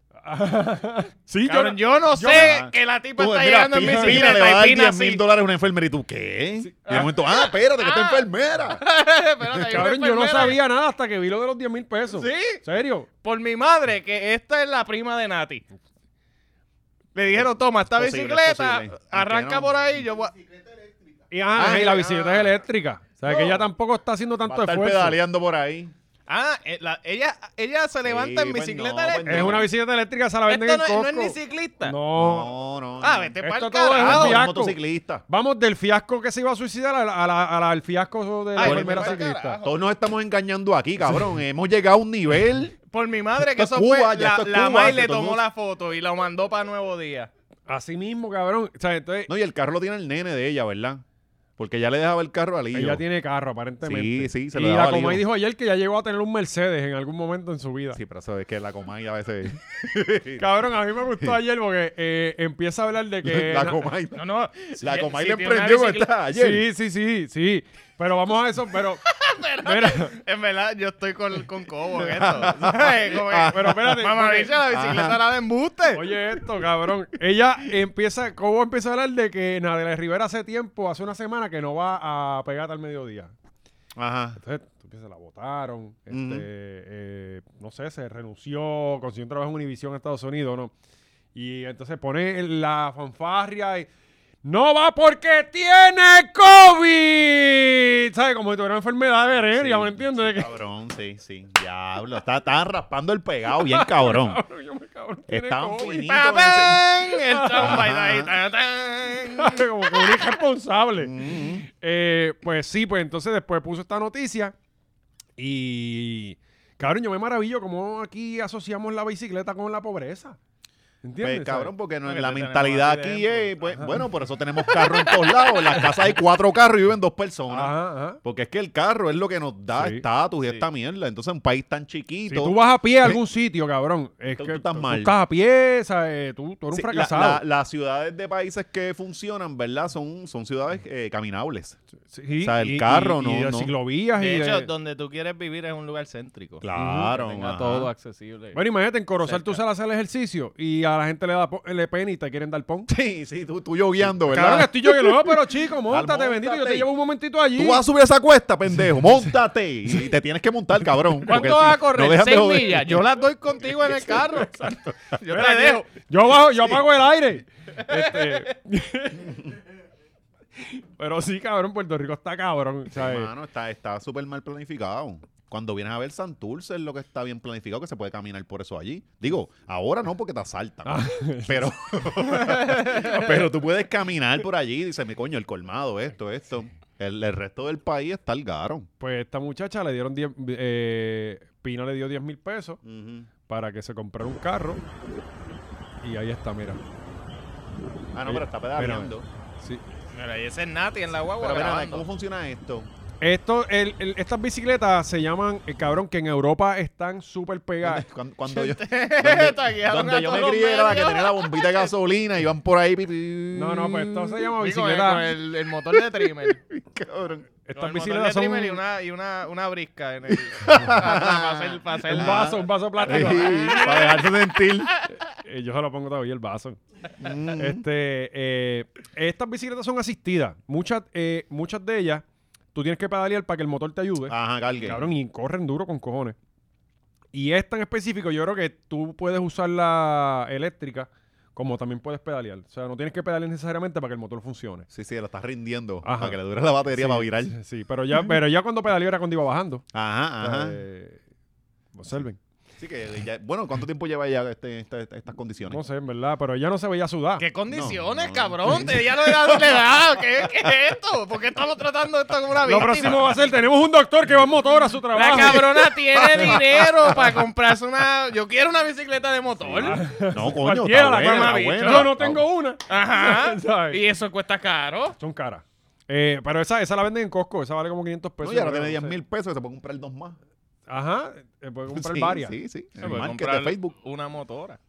Sí,
Cabrón, yo no Ah. sé que la tipa
Tú,
está
mira,
llegando
Pina,
en
Pina le va a
bicicleta
dar
y Pina
10 mil
sí.
dólares a una enfermera. ¿Y tú qué? Y de momento, ah, espérate, que está enfermera.
Espérate, hay una
Cabrón, yo no
enfermera.
sabía nada hasta que vi lo de los 10 mil pesos.
Sí.
¿Serio?
Por mi madre, que esta es la prima de Nati. Le dijeron, toma esta
Es posible,
bicicleta,
es posible. Aunque
arranca
no.
por ahí. Yo voy a-
Y, ah,
Ah,
y la
ah.
bicicleta es eléctrica. O sea, que ella tampoco está haciendo
Va
tanto
a estar
esfuerzo.
pedaleando por ahí.
Ah, eh, la- ella, ella se levanta en
pues
bicicleta
no, pues
eléctrica.
Es una bicicleta eléctrica, se la venden
Esto
en
no, no es ni
Costco.
ciclista.
No.
No, no.
Ah,
no.
vete
Esto
pa'l
todo es
carajo.
Ah,
un
un
fiasco.
motociclista.
Vamos del fiasco que se iba a suicidar a la- a la- a la- al fiasco de la
Ay,
enfermera
vete pa'l
ciclista.
carajo.
Todos nos estamos engañando aquí, cabrón. Hemos llegado a un nivel.
Por mi madre, que
Esto
eso
es Cuba,
fue.
ya,
La,
esto es
la
Cuba,
May
que
le
todo el
tomó
mundo-
la foto y la mandó para Nuevo Día.
Así mismo, cabrón. O sea, entonces,
No, y el carro lo tiene el nene de ella, ¿verdad? Porque ya le dejaba el carro al hijo.
ella tiene carro, aparentemente.
Sí, sí, se lo
Y
daba
la
al
Comay
hijo.
dijo ayer que ya llegó a tener un Mercedes en algún momento en su vida.
Sí, pero sabes que la comay a veces.
Cabrón, a mí me gustó ayer porque eh, empieza a hablar de que...
la comay.
No, no.
La
si-
comay
si
le
tiene una
emprendió con
bicicleta-
esta ayer.
Sí, sí, sí, sí. Pero vamos a eso, pero... Mira,
En verdad, yo estoy con, con Cobo en esto. ¿Sabes? Como que-
pero espérate.
Mamá,
porque-
bicha, la bicicleta
Ajá.
la de embuste.
Oye esto, cabrón. Ella empieza, Cobo empieza a hablar de que Nadia Rivera hace tiempo, hace una semana, que no va a pegar al mediodía.
Ajá.
Entonces, tú piensas, la votaron, este,
Ujú.
eh, no sé, se renunció, consiguió un trabajo en Univision en Estados Unidos, ¿no? Y entonces pone la fanfarria y... ¡No va porque tiene COVID! ¿Sabes? Como si tuviera una enfermedad venérea, ¿me entiendes? Que-
Cabrón, sí, sí. Diablo, está, está raspando el pegado bien cabrón.
Cabrón, yo me- cabrón, tiene
Estaban
COVID.
finitos.
¡Patán! El
Ajá.
soundbite ahí. ¡Tatán!
como que un irresponsable.
Mm.
Eh, pues sí, pues entonces después puso esta noticia y cabrón, yo me maravillo cómo aquí asociamos la bicicleta con la pobreza. ¿Entiendes?
Pues cabrón, porque no-
Porque
la
te tenemos
mentalidad
así
aquí
dentro.
es, pues, bueno, por eso tenemos carro en todos lados. En las casas hay cuatro carros y viven dos
¿sabes?
personas.
Ajá, ajá.
Porque es que el carro es lo que nos da
Sí.
estatus y
Sí.
esta mierda. Entonces, un país tan
Si
chiquito.
tú vas a pie a algún sitio, cabrón, es
Tú-
que
tú estás
tú
mal.
estás a pie, ¿sabes? Tú, tú eres
Sí,
un
la-
fracasado.
la- las ciudades de países que funcionan, ¿verdad? Son, son ciudades eh, caminables.
Sí,
o sea, el
y-
carro,
y-
no,
Y de
no.
ciclovías y
De hecho,
de-
donde tú quieres vivir es un lugar céntrico.
Claro.
Que tenga
ajá.
todo accesible.
Bueno, imagínate, en Corozal tú
Cerca.
sales a hacer el ejercicio y a la gente le da po- le pena y te quieren dar pon.
Sí, sí, tú, tú lloviando,
Cabrón,
¿verdad?
estoy yo que no, pero chico, montate,
Móntate.
bendito, yo te llevo un momentito allí.
Tú vas a subir esa cuesta, pendejo. Móntate. Y te tienes que montar, cabrón. porque
¿Cuánto vas a
si- no
correr?
dejas de
¿Seis
joder.
millas? Yo las doy contigo en el carro. Yo
Espera,
te
aquí-
dejo.
Yo bajo, yo apago el aire. Este- Pero sí, cabrón, Puerto Rico está cabrón. ¿sabes?
Hermano, está está súper mal planificado. Cuando vienes a ver Santurce es lo que está bien planificado, que se puede caminar por eso allí. Digo, ahora no porque te asaltan.
Ah.
Pero, pero tú puedes caminar por allí y dices, mi coño, el colmado, esto, esto. El, el resto del país está el garón.
Pues esta muchacha le dieron 10, eh, Pina le dio 10 mil pesos para que se comprara un carro. Y ahí está, mira.
Ah, no, pero está pedaleando.
Sí.
Mira, y ese es Nati en la guagua
Pero, ven acá,
grabando.
¿cómo funciona esto?
Esto, el- el- estas bicicletas se llaman, eh, cabrón, que en Europa están súper pegadas.
Cuando, cuando yo,
Taguearon
donde
a
yo
todos
me
los
crié era la que
medios.
tenía la bombita de gasolina y iban por ahí. pi, pi.
No, no, pues esto se llama
Sí, con el,
bicicleta.
con el- el motor de trimmer.
Cabrón.
estas
Con el motor de
bicicletas son
trimmer y
un
una, y una, una brisca en el. para hacer, para hacer
Un
vaso, un vaso
Sí,
plástico.
para dejarse sentir.
Eh, yo se lo pongo todavía el vaso.
Mm.
Este, eh, estas bicicletas son asistidas. Muchas, eh, muchas de ellas, tú tienes que pedalear para que el motor te ayude.
Ajá, cargue.
pues. Cabrón, y corren duro con cojones. Y esta en específico, yo creo que tú puedes usar la eléctrica como también puedes pedalear. O sea, no tienes que pedalear necesariamente para que el motor funcione.
Sí, sí, la estás rindiendo
Ajá.
para que le dure la
Sí,
batería
Pues,
para virar.
Sí, sí, pero ya, pero ya cuando pedaleó era cuando iba bajando.
Ajá,
O sea,
ajá.
eh, observen.
Así que, ya- bueno, ¿cuánto tiempo lleva ya este, esta- esta- estas condiciones?
No sé, en verdad, pero ella no se veía sudar.
¿Qué condiciones,
no.
cabrón? Te- Ya no le da, le da. ¿Qué, qué es esto? ¿Por qué estamos tratando esto como una
Lo
víctima?
próximo va a ser, tenemos un doctor que va en motor a su
La
trabajo.
cabrona tiene dinero para comprarse una. Yo quiero una bicicleta de motor.
Ah, No, coño,
Cualquiera,
está
la
buena,
cabrona,
está
bicho.
buena.
Yo no tengo una.
Ajá.
¿Sabes?
Y eso cuesta caro.
Son caras. Eh, pero esa, esa la venden en Costco, esa vale como 500 pesos.
No, y ahora
creo,
tiene 10
Pues no sé.
mil pesos, se puede comprar dos más.
Ajá, eh, puedes comprar
Sí,
varias.
Sí, sí. En
Se
el
puede
market de
comprar
Facebook.
Una motora.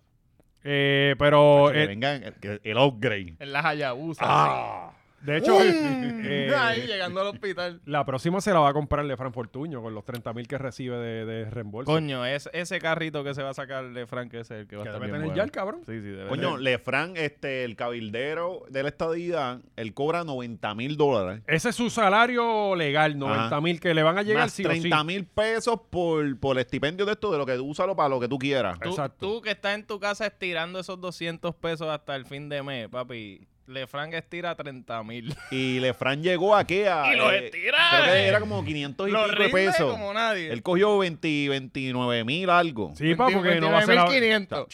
Eh, pero,
Que
eh,
vengan el, que- el upgrade.
En las Hayabusa.
Ah,
de hecho, eh,
Ahí llegando al hospital.
la próxima se la va a comprar Lefran Fortuño con los 30 mil que recibe de, de reembolso.
Coño, es, ese carrito que se va a sacar de Frank ese es el que va
que
a estar
debe
bien
tener
bueno.
ya el cabrón.
Sí, sí, debe
Coño,
ser.
Lefran, este, el cabildero de la estadía, él cobra 90 mil dólares.
Ese es su salario legal, 90 mil que le van a llegar
Más
sí o sí.
30 mil pesos por, por el estipendio de esto, de lo que tú úsalo para lo que tú quieras.
Tú,
Exacto.
tú que estás en tu casa estirando esos 200 pesos hasta el fin de mes, papi. Lefranc estira 30 mil.
Y Lefran llegó a qué? A,
Y los
eh,
estira,
Creo que
eh.
era como 500 y
Lo
pico de
rinde
pesos.
como nadie.
Él cogió 20, 29 mil algo.
Sí, pa, porque no va a ser la...
29.500.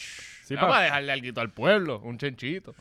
Sí,
Ya
pa.
para dejarle algo al pueblo, un chenchito.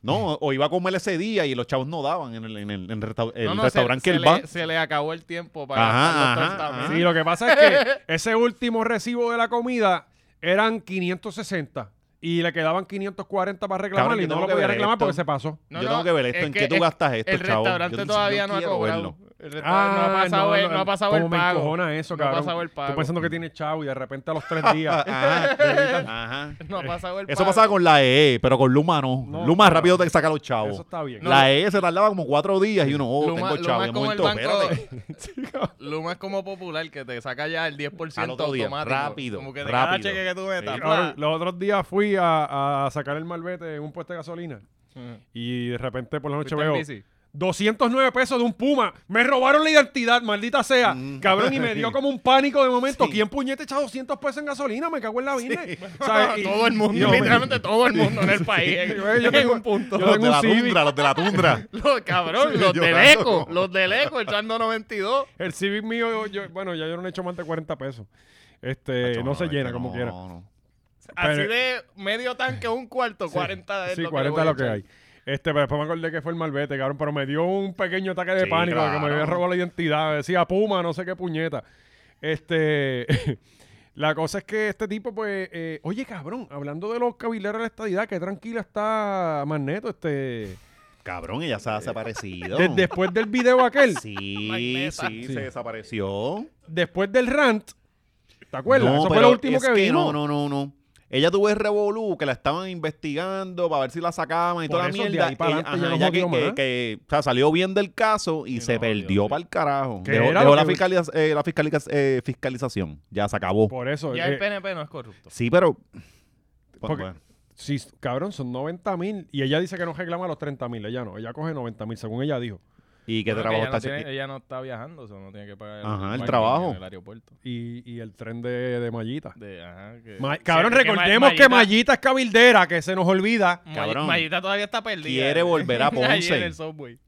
No, o iba a comer ese día y los chavos no daban en el, en el- en el resta- el
No, no,
restaurante que
se, se
él va.
le, se le acabó el tiempo para
Ajá,
gastar los
ajá,
30
ajá.
Sí, lo que pasa es que ese último recibo de la comida eran 560 y le quedaban 540 para reclamar
Cabrón,
y
yo
no
tengo
lo
que
podía
ver
reclamar
esto.
porque se pasó.
No,
yo
no,
tengo que ver esto,
es
¿en
que-
qué tú
es-
gastas esto,
El
chavo? Yo
restaurante
dice,
todavía
yo
no ha
quiero
cobrado.
verlo.
El restaurante Ah,
Ah,
no ha pasado, el, no ha pasado el
cómo me
pago.
encojona eso,
no ha
cabrón.
pasado el pago.
Tú pensando que tiene chavo y de repente a los tres días.
Ah, Ajá, ajá.
No ha pasado el pago.
Eso pasaba con la EE, pero con Luma no.
No,
Luma
claro.
rápido te saca los
eso
chavos.
está bien.
La EE se tardaba como cuatro días y uno, oh,
Luma,
tengo chavos. De
Luma es como el
momento,
banco.
espérate.
Luma es como popular que te saca ya el 10%
Al otro día,
automático.
rápido,
Como que de cada
rápido.
cheque que tú metas.
Sí,
¡pa!
cabrón, los otros días fui a, a sacar el malvete en un puesto de gasolina
Ujú.
y de repente por la noche
¿Fuiste en
veo
bici?
209 pesos de un puma. Me robaron la identidad, maldita sea. Cabrón, y me dio como un pánico de momento.
Mm. Sí.
¿Quién puñete echa 200 pesos en gasolina? Me cago en la vida. ¿Sabes? Y-
Ah, todo el mundo,
y yo me-
literalmente todo el mundo en el país.
Yo- yo tengo-
tengo un punto.
yo
Los
tengo
de
un
la
Civic.
tundra, los de la tundra.
Los, cabrón, los del
llorando
eco,
como-
los del eco echando 92.
El Civic mío, yo- yo- bueno, ya yo no le echo más de 40 pesos. Este,
Chacho,
no se
es
llena
que
como
no,
quiera.
no.
Así
Pero-
de medio tanque, un cuarto, 40 es
Sí,
lo que
40 es
le
lo
voy a
que
echar.
hay. Este, pero después me acordé que fue el malvete, cabrón. Pero me dio un pequeño ataque de
Sí,
pánico de que me había
claro.
robado la identidad. Me decía Puma, no sé qué puñeta. Este. La cosa es que este tipo, pues, eh, oye, cabrón, hablando de los cabileros de la estadidad, qué tranquila está Magneto, este,
Cabrón, ella se ha desaparecido.
de- después del video aquel,
Sí,
Magneta.
sí,
Sí.
se desapareció. después
después del rant, ¿te acuerdas? Eso fue lo último que, vimos.
No, no, no, no. Ella tuvo el revolú que la estaban investigando para ver si la sacaban y
Por
toda la
eso de
mierda.
ahí para
Ella-
adelante ya
ajá,
no
ella
jodió
que,
más.
que- que, o sea, salió bien del caso y
Sí,
se
no,
perdió
Dios,
para el carajo.
Que
Dejó,
era
dejó
lo
la,
que-
fiscaliza- eh, la fiscaliza- eh, fiscalización. Ya se acabó.
Por eso,
Ya
eh,
el PNP no es corrupto.
Sí, pero. pues,
Porque-
Bueno,
sí, cabrón, son 90 mil y ella dice que no reclama los 30 mil, ella no, ella coge 90 mil, según ella dijo.
Y que
Bueno,
trabajo
ella,
está
no
haciendo-
tiene- ella no está viajando, eso no tiene que pagar
Ajá, el
parking
trabajo.
en el aeropuerto.
y, y el tren de, de Mallita.
De- ajá, que-
Ma-
Sí,
cabrón,
que Ma-
recordemos que Mallita es cabildera, que se nos olvida.
May-
Cabrón.
Mayita todavía está perdida.
Quiere volver a
Ahí
Ponce.
en el subway.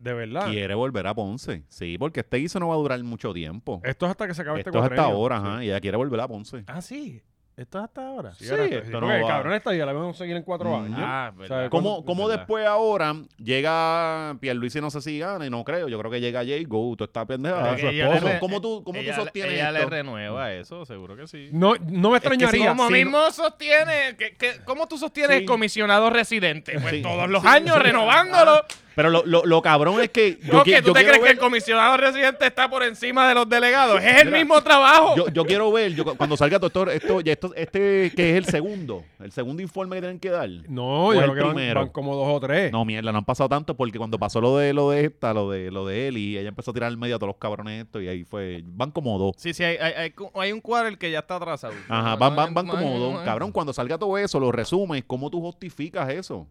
De verdad.
Quiere volver a Ponce. Sí, porque este guiso no va a durar mucho tiempo.
Esto es hasta que se acabe
Esto
este
es hasta
cuatrenio.
ahora, ajá. Y ella quiere volver a Ponce.
Ah, sí. Esto es hasta ahora.
Sí,
Sí,
ahora-
esto
sí,
no
porque,
va.
cabrón, esta ya la vamos a seguir en cuatro
Mm.
años.
Ah,
O sea,
verdad.
¿cómo-
¿Cómo, cómo
verdad.
después ahora llega Pierluisi no sé si gana y no creo, yo creo que llega Jay Go, tú estás pendejada,
Pero
su
que ella
esposo.
le-
¿Cómo tú, cómo tú
Ella le-
sostienes
Ella le
esto?
renueva eso, seguro que sí.
no, no me extrañaría.
Es que como
si-
mismo sostiene, que, que- ¿cómo tú sostienes
Sí.
el comisionado residente? Pues
Sí.
todos los
Sí,
años
sí.
renovándolo.
Pero lo, lo, lo cabrón es que yo,
No,
qui-
que tú
yo
te
quiero
crees que el
ver,
comisionado residente está por encima de los delegados. Es el mismo trabajo.
yo, yo quiero ver, yo cu- cuando salga doctor, esto, ya esto, este que es el segundo, el segundo informe que tienen que dar.
No,
¿O
yo
el
creo que van,
primero?
van como dos o tres.
No, mierda, no han pasado tanto porque cuando pasó lo de lo de esta, lo de lo de él, y ella empezó a tirar al medio a todos los cabrones esto, y ahí fue, van como dos.
Sí, sí, hay, hay, hay cu- hay un cuadro que ya está atrasado.
Ajá,
No,
van,
no,
van, van
no,
como
no,
dos.
no, no.
Cabrón, cuando salga todo eso, lo resumes, ¿cómo tú justificas eso?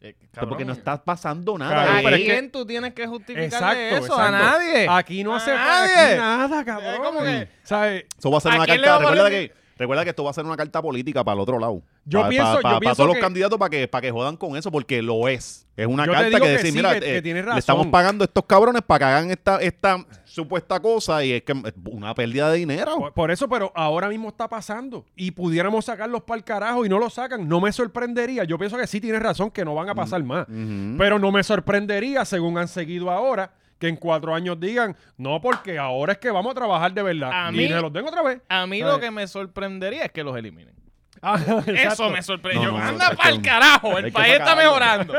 Eh, cabrón.
Porque no estás pasando nada.
Cabrón,
¿A
ahí.
Ah, pero es que-
quién tú tienes Ah, que justificarle
Exacto,
eso?
exacto.
¿A nadie?
Aquí no
¡A
hace
nadie!
aquí nada, cabrón.
como que-
¿Sabes?
Eso va a ser
¿A
una
quién le va
carta.
a
Recuerda
poner-
que Recuerda que esto va a ser una carta política para el otro lado.
Yo
Para-
pienso-
para-
yo
para-
pienso
para todos
que-
los candidatos para que, para que jodan con eso, porque lo es. Es una
Yo te
carta
digo
que
que
decir,
sí,
mira, eh,
que- que tienes razón.
le estamos pagando a estos cabrones para que hagan esta, esta supuesta cosa y es que es una pérdida de dinero.
Por, por eso, pero ahora mismo está pasando y pudiéramos sacarlos para el carajo y no lo sacan, no me sorprendería. Yo pienso que sí tienes razón que no van
Mm,
a pasar más,
Ujú.
pero no me sorprendería según han seguido ahora que en cuatro años digan no porque ahora es que vamos a trabajar de verdad
A
y
mí-
se los den otra vez.
A mí
¿Sabes?
lo que me sorprendería es que los eliminen.
Ah, exacto.
Eso me sorprendió.
No, no, no,
Anda
es
pa'l
que-
carajo.
hay
El
que
país está
sacarlo.
mejorando.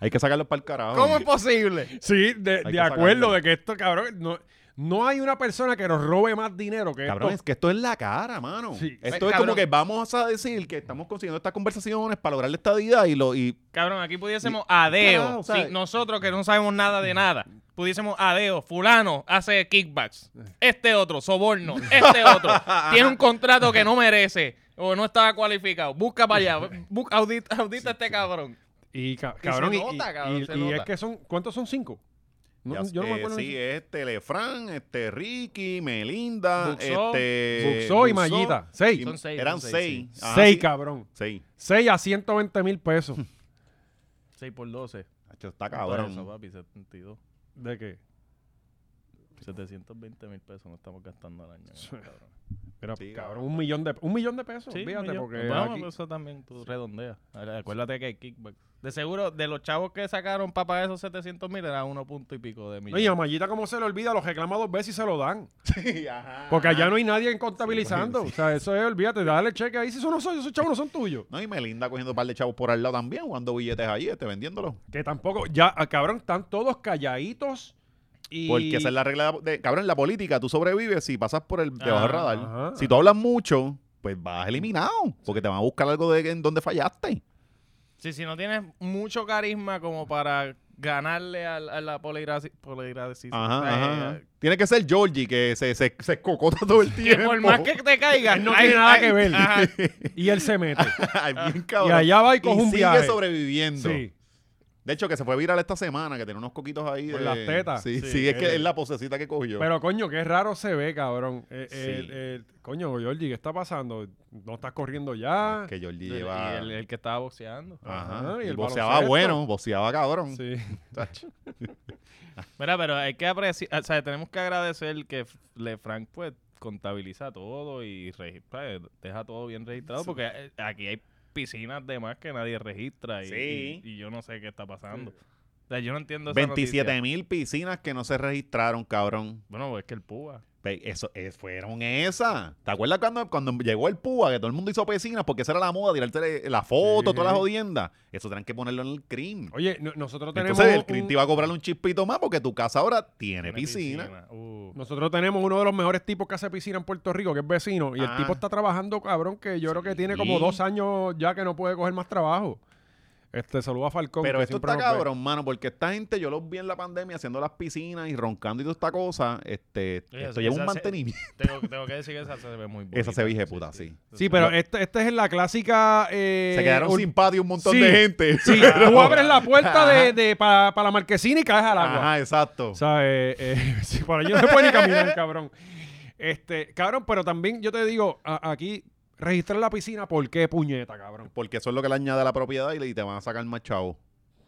Hay que sacarlos para el carajo.
¿Cómo es posible?
Sí, de,
que
de acuerdo
sacarlo.
de que esto cabrón no, no hay una persona que nos robe más dinero que
Cabrón,
esto.
es que esto es la cara, mano.
Sí.
Esto es
Cabrón.
como que vamos a decir que estamos consiguiendo estas conversaciones para lograr la estadidad y lo y
Cabrón, aquí pudiésemos adeo.
Carajo, ¿sabes?
si nosotros que no sabemos nada de nada. Pudiésemos adeo. Fulano hace kickbacks. Este otro, soborno. Este otro. tiene un contrato que no merece. O no estaba cualificado. Busca para allá. bu- audita, audita a este cabrón.
Y ca- cabrón, y,
se nota,
y-
cabrón,
y-
se
y es
nota.
que son ¿cuántos son cinco? No,
Ya,
yo no me
eh,
acuerdo.
sí, es Telefran, este Ricky, Melinda,
Buxó.
este
Buxó y
Buxó.
Mallita. Seis.
Y-
Son seis,
Eran
son
seis.
seis,
Ajá,
Seis,
Ah, sí.
cabrón.
Seis.
6 a 120 mil pesos.
6 por 12.
Hacho, está cabrón.
Eso, papi, 72.
¿De qué?
720 mil pesos no estamos gastando al año.
Sí.
cabrón.
Pero,
Sí,
cabrón, un millón de, un millón de pesos.
Sí,
fíjate,
millón.
porque
Vamos,
aquí-
eso también pues, tú redondeas. Ahora, Acuérdate que hay kickback. De seguro, de los chavos que sacaron para pagar esos 700 mil, era uno punto y pico
Oye,
de
a
millones.
Mayita, como se le olvida, los reclama dos veces y se lo dan.
Sí, ajá.
Porque allá no hay nadie
pues,
en contabilizando. O sea, eso es, olvídate, dale cheque ahí. Si eso no son, esos chavos no son tuyos.
No, y Melinda cogiendo un par de chavos por al lado también, jugando billetes ahí, este, vendiéndolos.
Que tampoco, ya, ah, cabrón, están todos calladitos. Y...
Porque esa es la regla de, cabrón, en la política tú sobrevives si pasas por el debajo
Ajá,
del radar.
ajá.
Si tú hablas mucho, pues vas eliminado, porque te van a buscar algo de en donde fallaste.
Sí, si no tienes mucho carisma como para ganarle al- a, la poligrasi- poligrasi-
Ajá,
o sea,
ajá,
eh,
ajá. Tiene que ser Georgie que se, se, se cocota todo el
Que
tiempo.
por más que te caiga,
Él no
hay-
tiene nada
hay-
que ver.
ajá.
Y él se mete.
Ay,
Ah.
bien cabrón.
Y allá va y coge un
sigue
viaje.
sobreviviendo.
Sí.
De hecho, que se fue viral esta semana, que tiene unos coquitos ahí.
Por
de-
las tetas.
Sí,
Sí,
sí, es que
eh.
es la posecita que cogió.
Pero coño, qué raro se ve, cabrón. Eh, eh,
Sí.
eh, coño, Georgie, ¿qué está pasando? ¿No estás corriendo ya?
que Georgie
Y
lleva...
el, el que estaba boxeando.
Ajá.
Ajá, y
y
el
boceaba
baloncesto.
bueno, boceaba cabrón.
Sí.
Tacho.
Mira, pero hay que apreciar, o sea, tenemos que agradecer que F- Lefranc pues contabiliza todo y registra, eh, deja todo bien registrado, porque eh, aquí hay piscinas de más que nadie registra y,
Sí.
y- y yo no sé qué está pasando. O sea, yo no entiendo esa
27
noticia.
mil piscinas que no se registraron, cabrón.
Bueno, pues es que el púa.
Ve, Eso, eh, fueron esas. ¿Te acuerdas cuando, cuando llegó el PUA, que todo el mundo hizo piscinas porque esa era la moda, tirarte la foto,
Sí.
todas las jodiendas? Eso tenían que ponerlo en el crimen.
Oye, no- nosotros tenemos.
Entonces el
un-
crimen te iba a cobrarle un chispito más porque tu casa ahora tiene piscina.
Uh.
Nosotros tenemos uno de los mejores tipos que hace piscina en Puerto Rico, que es vecino, y el
Ah.
tipo está trabajando, cabrón, que yo creo que tiene como
Sí.
dos años ya que no puede coger más trabajo. Este, saludo a Falcón.
Pero
que pues.
esto
siempre
está
nos ve.
cabrón, mano, porque esta gente yo los vi en la pandemia haciendo las piscinas y roncando y toda esta cosa. Este,
Oye,
esto
esa-
lleva un
esa se-
mantenimiento.
Tengo, tengo que decir que esa se ve muy bonita.
Esa se ve hijeputa, sí.
Sí, pero esta este es en la clásica. eh,
Se quedaron
ur-
sin patio un montón
sí,
de gente.
Sí, tú abres la puerta de, para la marquesina y caes al agua.
Ajá, exacto.
O sea, eh, eh, sí, por ahí no se puede ni caminar, cabrón. Este, cabrón, pero también yo te digo, a- aquí registrar la piscina, ¿por qué puñeta, cabrón?
Porque eso es lo que le añade a la propiedad y le- y te van a sacar más chavo.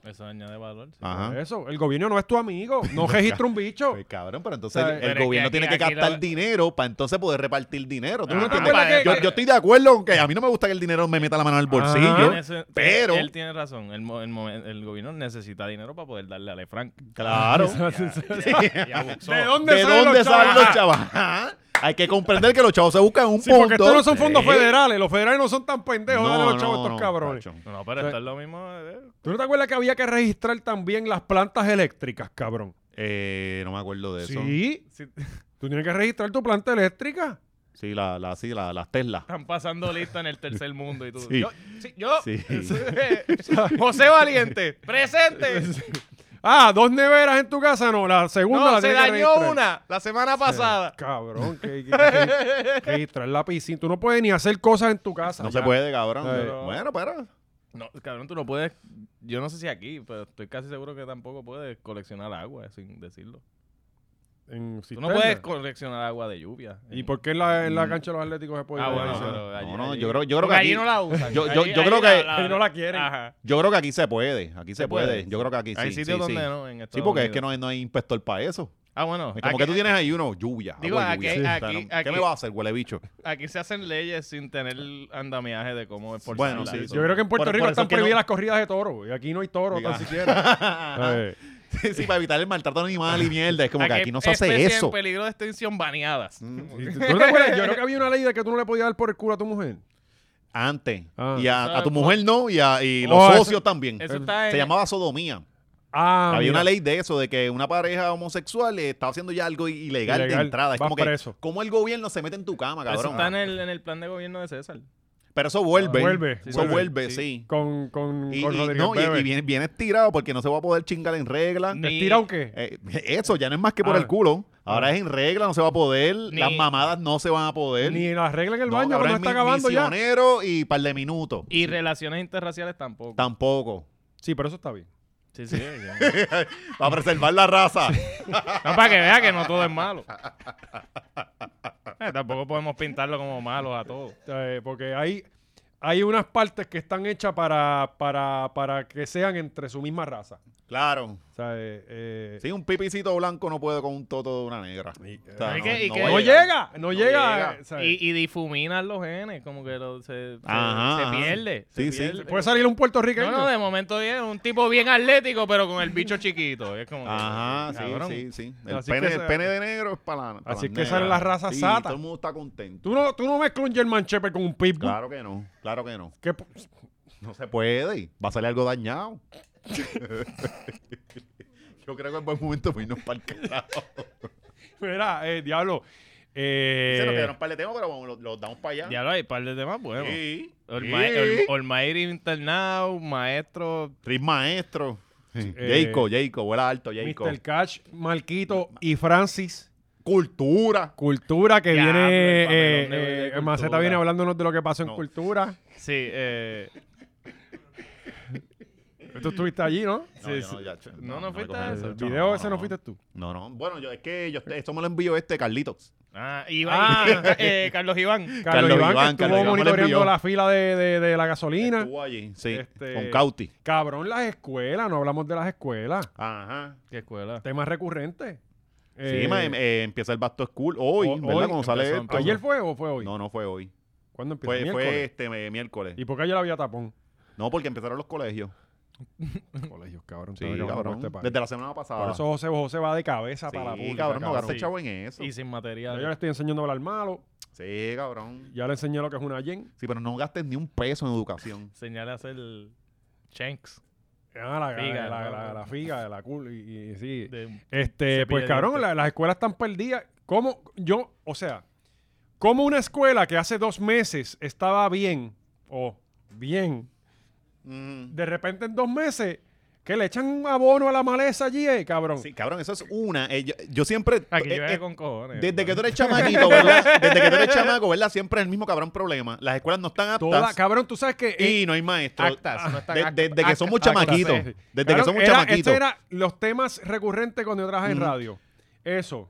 Eso añade valor. sí.
Ajá.
Por Eso, el gobierno no es tu amigo, no registra un bicho.
Pues, cabrón, pero entonces
O sea,
el,
pero es que
gobierno
aquí-
tiene que
aquí
captar
la-
dinero para entonces poder repartir dinero. ¿Tú no
Ajá.
entiendes?
¿Te acuerdas
Yo,
que-
yo estoy de acuerdo con que a mí no me gusta que el dinero me meta la mano al bolsillo.
Tiene ese-
pero-
Él tiene razón. El, mo- el, momen- el gobierno necesita dinero para poder darle a Lefranc.
Claro.
Ya- ya abusó.
¿De dónde
¿De
salen
dónde
los
salen
chavos?
los chavos? Ajá. Hay que comprender que los chavos se buscan un
Sí,
punto.
porque estos no son fondos
Eh,
federales. Los federales no son tan pendejos.
no,
dale los
no,
chavos a
no,
estos cabrones.
cacho.
No, pero
O sea,
esto es lo mismo. eh,
¿Tú no te acuerdas que había que registrar también las plantas eléctricas, cabrón?
Eh, no me acuerdo de eso. Sí,
Sí.
sí,
Tú tienes que registrar tu planta eléctrica.
la, la, sí la, las Tesla.
están pasando lista en el tercer mundo y tú.
Sí.
Yo, sí, yo.
Sí.
José Valiente, presente.
Ah, dos neveras en tu casa, no. La segunda
No,
la
se
tienes que
dañó
registrar.
una la semana pasada.
Eh, Cabrón, que, que- que- que registrar la piscina. Tú no puedes ni hacer cosas en tu casa.
No
ya.
se puede, cabrón.
Eh.
Bueno, pero.
No, cabrón, tú no puedes. Yo no sé si aquí, pero estoy casi seguro que tampoco puedes coleccionar agua sin decirlo.
en
Tú
cisterna.
no puedes correccionar agua de lluvia.
¿Y por qué en la, en
Mm.
la cancha de los Atléticos se puede?
Ah,
ir?
bueno,
Ahí se-
pero allí-
No, no,
allí-
yo creo, yo creo
Porque
que
allí
aquí,
no la
yo-
usan.
yo-
Allí-
yo
allí
creo que-
Ahí no la quieren.
Ajá.
yo creo que aquí se puede, aquí se,
Se
puede.
puede.
Yo creo que aquí sí.
Hay sitios
sí,
donde
sí.
no, en Estados
Sí, porque es
Unidos.
que no hay, no hay inspector para eso.
Ah, bueno.
Es como
aquí-
que tú tienes ahí uno, lluvia.
Digo,
agua de
aquí-
lluvia. Sí.
aquí-
¿Qué
aquí-
me vas a hacer, huele bicho?
Aquí se hacen leyes sin tener andamiaje de cómo es
Bueno, sí,
Yo creo que en Puerto
Por- por
Rico
eso
están
es que
prohibidas
no-
las corridas de toro. Y aquí no hay toro,
Diga.
tan siquiera. Eh,
Sí, sí, para evitar el maltrato animal y mierda. Es como que
Aquí
aquí no se hace
especies
eso. Mm,
en peligro de extinción baneadas.
y ¿Tú no te acuerdas? Yo creo que había una ley de que tú no le podías dar por el culo a tu mujer.
Antes.
Ah.
Y a, a tu mujer no, y, a, y los
Oh, eso-
socios también.
eso está
Se
en-
llamaba sodomía.
Ah,
Había
mira.
una ley de eso, de que una pareja homosexual eh, estaba haciendo ya algo i- ilegal, de
Ilegal,
entrada. Es
vas
como que,
preso.
¿cómo el gobierno se mete en tu cama,
Eso
cabrón? ah.
está en el, en el plan de gobierno de César.
Pero eso vuelve.
Ah, vuelve,
Eso
vuelve,
vuelve,
sí.
sí.
Con, con,
Y,
con
y-
Rodríguez
no, y-
Bebe.
y viene, viene estirado porque no se va a poder chingar en regla.
¿Te estira o qué?
Eh, eso ya no es más que por
Ah.
el culo. Ahora es en regla, no se va a poder. Las
Ni-
mamadas no se van a poder.
Ni la regla en el
No,
baño
cabrón,
cuando
es
está
mi-
acabando ya.
misionero y par de minutos.
Y relaciones interraciales tampoco.
Tampoco.
Sí, pero eso está bien.
Sí, sí.
Para preservar la raza.
no, para que vea que no todo es malo. Eh, tampoco podemos pintarlo como malos a todos.
Eh, porque hay, hay unas partes que están hechas para, para, para que sean entre su misma raza.
claro.
O sea, eh, eh,
Sí, un pipicito blanco no puede con un toto de una negra. O sea,
¿Y qué- y qué-
va a
no
llegar.
llega, no, llega.
llega.
eh, o sea,
Y, y difuminan los genes, como que lo- se, se-
Ajá,
se
ajá.
pierde. se
Sí, Pues, sí.
pierde.
Puede salir un puertorriqueño.
No, no, de momento viene un tipo bien atlético, pero con el bicho chiquito. Es como que,
Ajá, sí,
cabrón.
sí, sí. El
Así que
pene,
esa-
el pene de negro es para la.
Así que esa es la raza sata.
Todo el mundo está contento.
Tú no, tú no mezclas un German Shepherd con un pitbull.
Claro que no, claro que no.
Que po-
No se puede. Va a salir algo dañado. Yo creo que es buen momento para irnos para el carajo.
mira, eh, diablo. eh,
Se nos quedaron un par de temas, pero vamos, los, los damos para allá.
Ya lo hay, par de temas buenos.
Sí.
Olma-
Sí.
Ol- Olmairi internado, maestro.
Riz maestro.
Eh,
Jacob, Jacob, vuela alto, Jacob.
Mr. Cash, Marquito y Francis.
Cultura.
Cultura que
Diablo,
viene.
el
eh,
papelón de- de
eh, Maceta
Cultura.
viene hablándonos de lo que pasó en
No.
Cultura.
Sí, eh,
Tú estuviste allí, ¿no?
No, yo no, ya,
No, no fuiste
le cogí
a
el
eso.
El
bicho,
video
no,
ese no fuiste tú.
No, no. Bueno, yo, es que yo, esto me lo envió este Carlitos.
Ah, Iván, eh, Carlos Iván.
Carlos,
Carlos
Iván, que
Iván, Carlos
estuvo
Iván me lo
monitoreando
envió.
la fila de, de- de la gasolina.
Estuvo allí, sí.
Este-
Con Cauti.
Cabrón, las escuelas, no hablamos de las escuelas.
Ajá.
¿qué escuela?
Temas recurrentes.
sí,
Eh,
ma, em- eh, empieza el Back to School hoy,
ho-
¿verdad?
hoy
Cuando sale
empezó,
esto.
¿Ayer fue o fue hoy?
No, no fue hoy.
¿Cuándo empieza?
Fue, fue
Miércoles.
este me- miércoles.
¿Y por qué ayer había tapón?
No, porque empezaron los colegios.
Colegios, cabrón.
Sí,
está acabando
cabrón.
con este país.
Desde la semana pasada.
Por eso José, José va de cabeza
sí,
para la pública,
cabrón, no
cabrón.
gastes chavo en eso.
Y sin
Ya Yo le
material.
estoy enseñando a hablar malo.
Sí, cabrón.
Ya le enseñé lo que es una yen.
Sí, pero no gastes ni un peso en educación.
Señale a hacer Shanks.
Ah, la figa,
Figa,
la,
¿no?
la- la figa, la cool. Y, y- sí.
de-
Este,
Cepillo
pues
de
cabrón,
dientes.
la- las escuelas están perdidas. ¿Cómo yo, o sea, cómo una escuela que hace dos meses estaba bien o bien,
Mm.
de repente en dos meses que le echan un abono a la maleza allí, eh, cabrón?
Sí, cabrón, eso es una. Eh, yo, yo siempre.
Aquí
eh,
llueve
eh,
con cojones.
desde que
hermano.
tú eres chamaquito, ¿verdad? Desde que tú eres chamaco, ¿verdad? Siempre es el mismo cabrón problema. Las escuelas no están aptas.
Toda, cabrón, tú sabes que eh,
y no hay maestros.
Actas, no están
De-
actas.
desde que
actas,
somos
actas,
chamaquitos.
sí, sí.
Desde que
Ah, Claro,
somos
era-
chamaquitos.
Estos eran los temas recurrentes cuando yo trabajaba en
Ujú.
radio. Eso.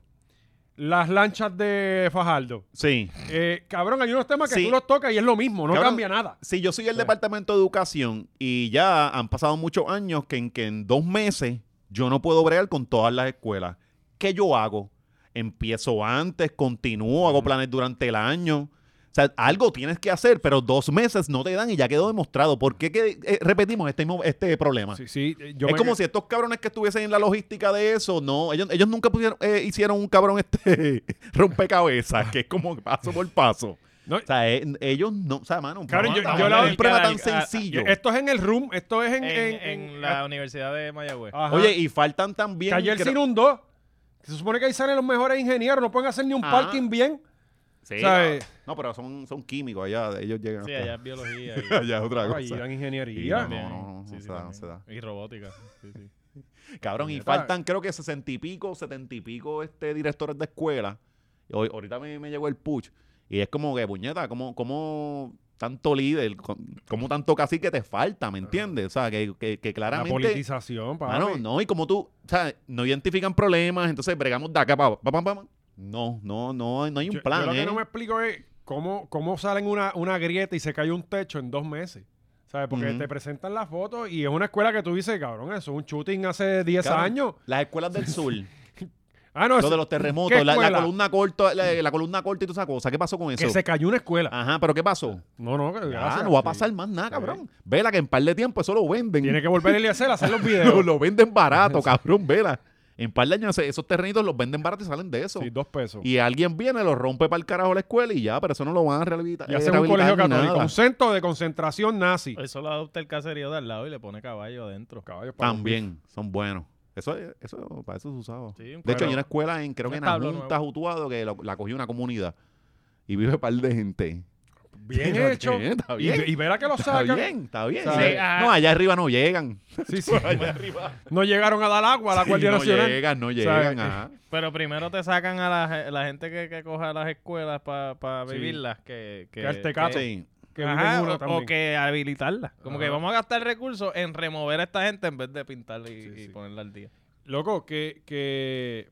Las lanchas de Fajardo.
Sí.
Eh, cabrón, hay unos temas que
Sí.
tú los tocas y es lo mismo, no
Cabrón,
cambia nada.
Si yo soy el
Sí.
departamento de educación y ya han pasado muchos años que en, que en dos meses yo no puedo bregar con todas las escuelas, ¿qué yo hago? Empiezo antes, continúo, hago planes durante el año. O sea, algo tienes que hacer, pero dos meses no te dan y ya quedó demostrado. ¿Por qué que, eh, repetimos este, mismo- este problema?
Sí, sí, eh, yo
es
me
como
que-
si estos cabrones que estuviesen en la logística de eso, no, ellos, ellos nunca pusieron, eh, hicieron un cabrón este rompecabezas, que es como paso por paso.
No,
O sea, eh, ellos no, o sea, mano,
Cabrón, yo-
estamos
yo la-
hablando de un problema tan
al- a-
sencillo.
Eh, Esto es en el room, esto es en...
en,
en-
en
en-
ah.
la Universidad de Mayagüez.
Ajá.
Oye, y faltan también
que ayer
creo-
se inundó. Se supone que ahí salen los mejores ingenieros, no pueden hacer ni un
Ah.
parking bien.
Sí,
o sea, eh,
No, pero son, son químicos allá, ellos llegan
Sí,
hasta-
allá es biología. y-
allá es otra
Ahí
cosa.
dan
Sí,
ingeniería.
no, no,
Bien.
no, no,
Sí,
no
sí,
se da, no
también.
se da.
Y robótica. Sí, sí.
Cabrón, y
Puñeta.
faltan creo que sesenta y pico, setenta y pico este, directores de escuela. Y hoy- ahorita me, me llegó el push. Y es como que, puñeta, ¿cómo, cómo tanto líder, con- como tanto cacique te falta, ¿me entiendes? O sea, que, que, que
La
claramente...
politización, papi.
Mano, no, y como tú, o sea, no identifican problemas, entonces bregamos de acá para... Pa, pa, pa. No, no, no, no hay un
Yo-
plan,
yo lo que
¿eh?
no me explico es cómo, cómo salen una, una grieta y se cae un techo en dos meses. ¿Sabes? Porque
Ujú.
te presentan las fotos y es una escuela que tú dices, cabrón, eso es un shooting hace 10
Cabrón,
años.
Las escuelas del sur,
Ah, no,
lo
eso-
de los terremotos,
¿Qué
la, la
escuela?
columna corta, la, la columna corta y toda esa cosa. ¿Qué pasó con eso?
que se cayó una escuela.
Ajá, pero ¿qué pasó?
No, no, que
Ah,
gracias.
no va a
Sí.
pasar más nada,
Sí.
cabrón. Vela que en par de tiempo eso lo venden.
Tiene que volver a hacer, hacer los
lo,
videos.
lo venden barato, cabrón, vela. En par de años ese- esos terrenitos los venden barato y salen de eso.
Sí, dos pesos. Y,
Y alguien viene, los rompe para el carajo la escuela y ya, pero eso no lo van a rehabilitar.
Eh,
hacen un
rehabilitar
colegio
ni
católico,
nada.
un centro de concentración nazi.
Eh,
Eso lo adopta el caserío de al lado y le pone caballo adentro.
Caballos para
También, son buenos. Eso, eso, para eso se usaba.
Sí,
de hecho,
un cuadro.
hay una escuela en, creo
Un
que en
establo
Ajunta, Utuado, que lo- la cogió una comunidad y vive un par de gente.
los- Bien
Pero
hecho.
bien, está
Y-
bien.
Y, verá que ah. lo
Está
sacan.
bien, está bien.
¿Sabes?
Sí, No, allá arriba no llegan.
Sí, sí. No llegaron a dar agua a la
Sí,
Guardia
no
Nacional.
llegan, no
¿Sabes?
llegan. ajá.
Pero primero te sacan a la, la gente que, que coja las escuelas para
Sí.
vivirlas que...
Que al tecato.
Sí.
Que
Ajá,
viven uno
o- o,
también.
que habilitarla. Como que
Ajá.
vamos a gastar recursos en remover a esta gente en vez de pintarla y,
Sí,
y
sí.
ponerla al día.
Loco, que, que,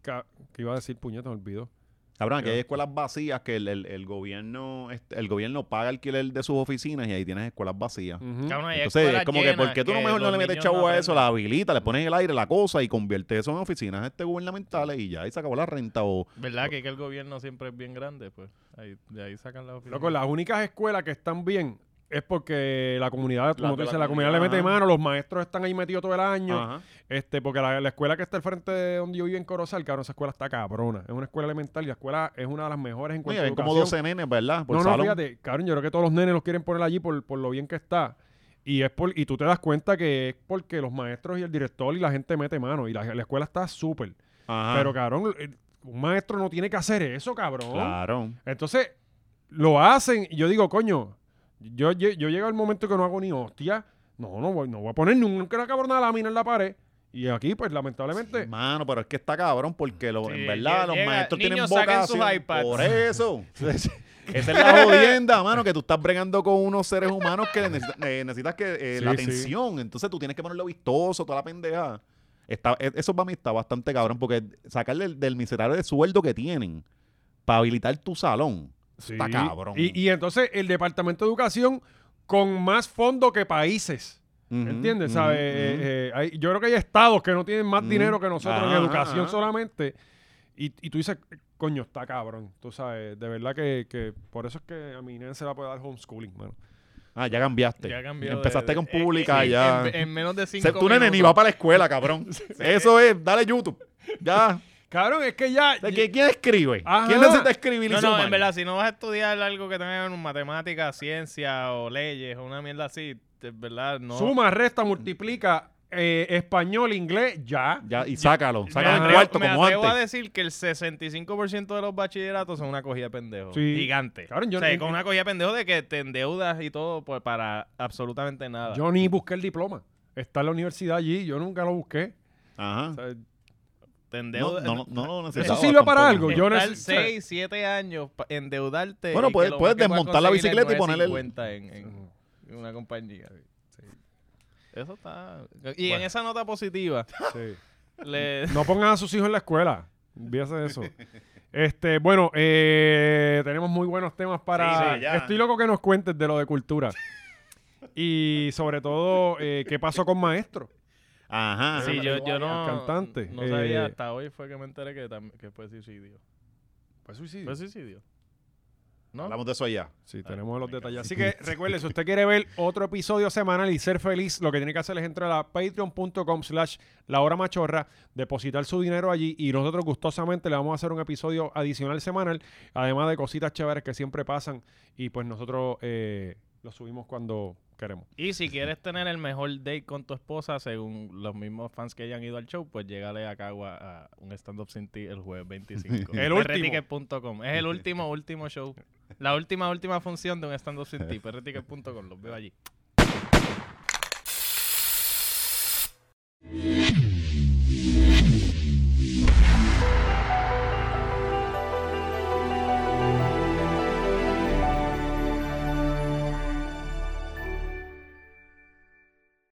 ca- que iba a decir puñeta, me olvidó.
Cabrón, aquí
Yo-
hay escuelas vacías que el, el- el gobierno este, el gobierno paga alquiler de sus oficinas y ahí tienes escuelas vacías.
Cabrón,
Entonces, es
hay Mm. escuelas
como que,
llenas
¿por qué tú no
que
mejor no
los
le metes
niños
chavo
no
a eso?
aprenden?
La habilita, le pones en el aire la cosa y convierte eso en oficinas este gubernamentales y ya, y se acabó la renta o...
¿Verdad que, que el gobierno siempre es bien grande? Pues ahí, de ahí sacan las oficinas.
Loco, las únicas escuelas que están bien es porque la comunidad, como
Las
tú
de la
dices, la comunidad le mete
comunidad, Ah.
mano, los maestros están ahí metidos todo el año.
Ajá.
Este, porque la, la escuela que está al frente de donde yo vivo en Corozal, cabrón, esa escuela está cabrona. Es una escuela elemental y la escuela es una de las mejores en
Oye,
cuanto a
ven como
educación.
12 nenes, ¿verdad? Por
No, no,
salón.
fíjate, cabrón, yo creo que todos los nenes los quieren poner allí por, por lo bien que está. Y es por, y tú te das cuenta que es porque los maestros y el director y la gente mete mano. Y la, la escuela está súper.
Ajá.
Pero, cabrón, el- un maestro no tiene que hacer eso, cabrón.
Claro.
Entonces, lo hacen. Y yo digo, coño, yo, yo, yo llego al momento que no hago ni hostia. No, no voy, no voy a poner nunca una cabrona lámina en la pared. Y aquí, pues, lamentablemente.
Mano, pero es que está cabrón porque lo-
Sí,
en verdad los
llega-
maestros tienen
niños, saquen sus
vocación.
iPads.
Por eso. Esa es la jodienda, mano, que tú estás bregando con unos seres humanos que necesita- eh, necesitas que eh, la
Sí, sí.
atención. Entonces tú tienes que ponerlo vistoso, toda la pendeja. Está, e- eso para mí está bastante cabrón porque sacarle del, del miserable sueldo que tienen para habilitar tu salón. Está
Sí.
cabrón.
Y, y entonces, el Departamento de Educación con más fondo que países.
Ujú,
¿Entiendes?
ujú,
¿Sabes?
ujú.
Eh, eh, hay- yo creo que hay estados que no tienen más
Ujú.
dinero que nosotros
Ajá,
en educación
ajá.
solamente. Y, y tú dices, coño, está cabrón. Tú sabes, de verdad que, que por eso es que a mi nene se la puede dar homeschooling, mano.
Ah, ya cambiaste.
Ya cambió de-
Empezaste
de-
con
eh,
pública
eh,
ya.
En, en menos de 5
Se-
minutos.
tu nene ni va para la escuela, cabrón. Eso es, dale YouTube. Ya.
Cabrón, es que ya.
O sea, ¿qui- ¿Quién escribe?
Ajá.
¿Quién necesita escribir?
No,
ese
no,
humano?
en verdad, si no vas a estudiar algo que tenga que ver con matemáticas, ciencia o leyes o una mierda así, en verdad, no.
Suma, resta, multiplica, eh, español, inglés, ya.
Ya, y sácalo.
Me
Sácalo en
atrevo,
cuarto,
me
como
atrevo a
antes.
decir que el 65% de los bachilleratos son una cogida de pendejo.
Sí.
Gigante.
Cabrón, yo
o sea,
no-
con una cogida de pendejo de que te endeudas y todo por- para absolutamente nada.
Yo ni busqué el diploma. Está en la universidad allí, yo nunca lo busqué. O
Ajá.
sea,
Te
No,
endeudas.
no, no, no lo
eso
necesitaba
sirve para
tampoco.
algo. Yo
Estar
neces-
6, 7 años pa- endeudarte.
Bueno,
y que
puedes-
lo más
puedes
que puedas
desmontar la
conseguir es
bicicleta y ponerle el-
9.50 en, en- en una compañía. Eso está. Y en esa nota positiva,
sí.
le-
No pongan a sus hijos en la escuela. Olvídese de eso. Este, bueno, eh, tenemos muy buenos temas para.
Sí, sí, ya.
Estoy loco que nos cuentes de lo de cultura. Y sobre todo, eh, ¿qué pasó con maestro?
Ajá.
Sí, yo, yo no.
Cantante.
No sabía,
Eh,
hasta hoy fue que me enteré que, tam- que fue suicidio.
Pues suicidio.
¿Fue suicidio? ¿No?
Hablamos de eso allá.
Sí, tenemos los detalles. Así
encanta.
que recuerde, si usted quiere ver otro episodio semanal y ser feliz, lo que tiene que hacer es entrar a patreon.com slash la hora machorra, depositar su dinero allí y nosotros gustosamente le vamos a hacer un episodio adicional semanal, además de cositas chéveres que siempre pasan y pues nosotros eh, lo subimos cuando queremos.
Y si quieres tener el mejor date con tu esposa, según los mismos fans que hayan ido al show, pues llégale a Cagua a un stand-up sin ti el jueves 25.
El
último. Es el último, último show. La última, última función de un stand-up sin ti. Perreticket.com. Los veo allí.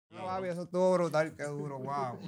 Javi, eso estuvo brutal, qué duro, wow.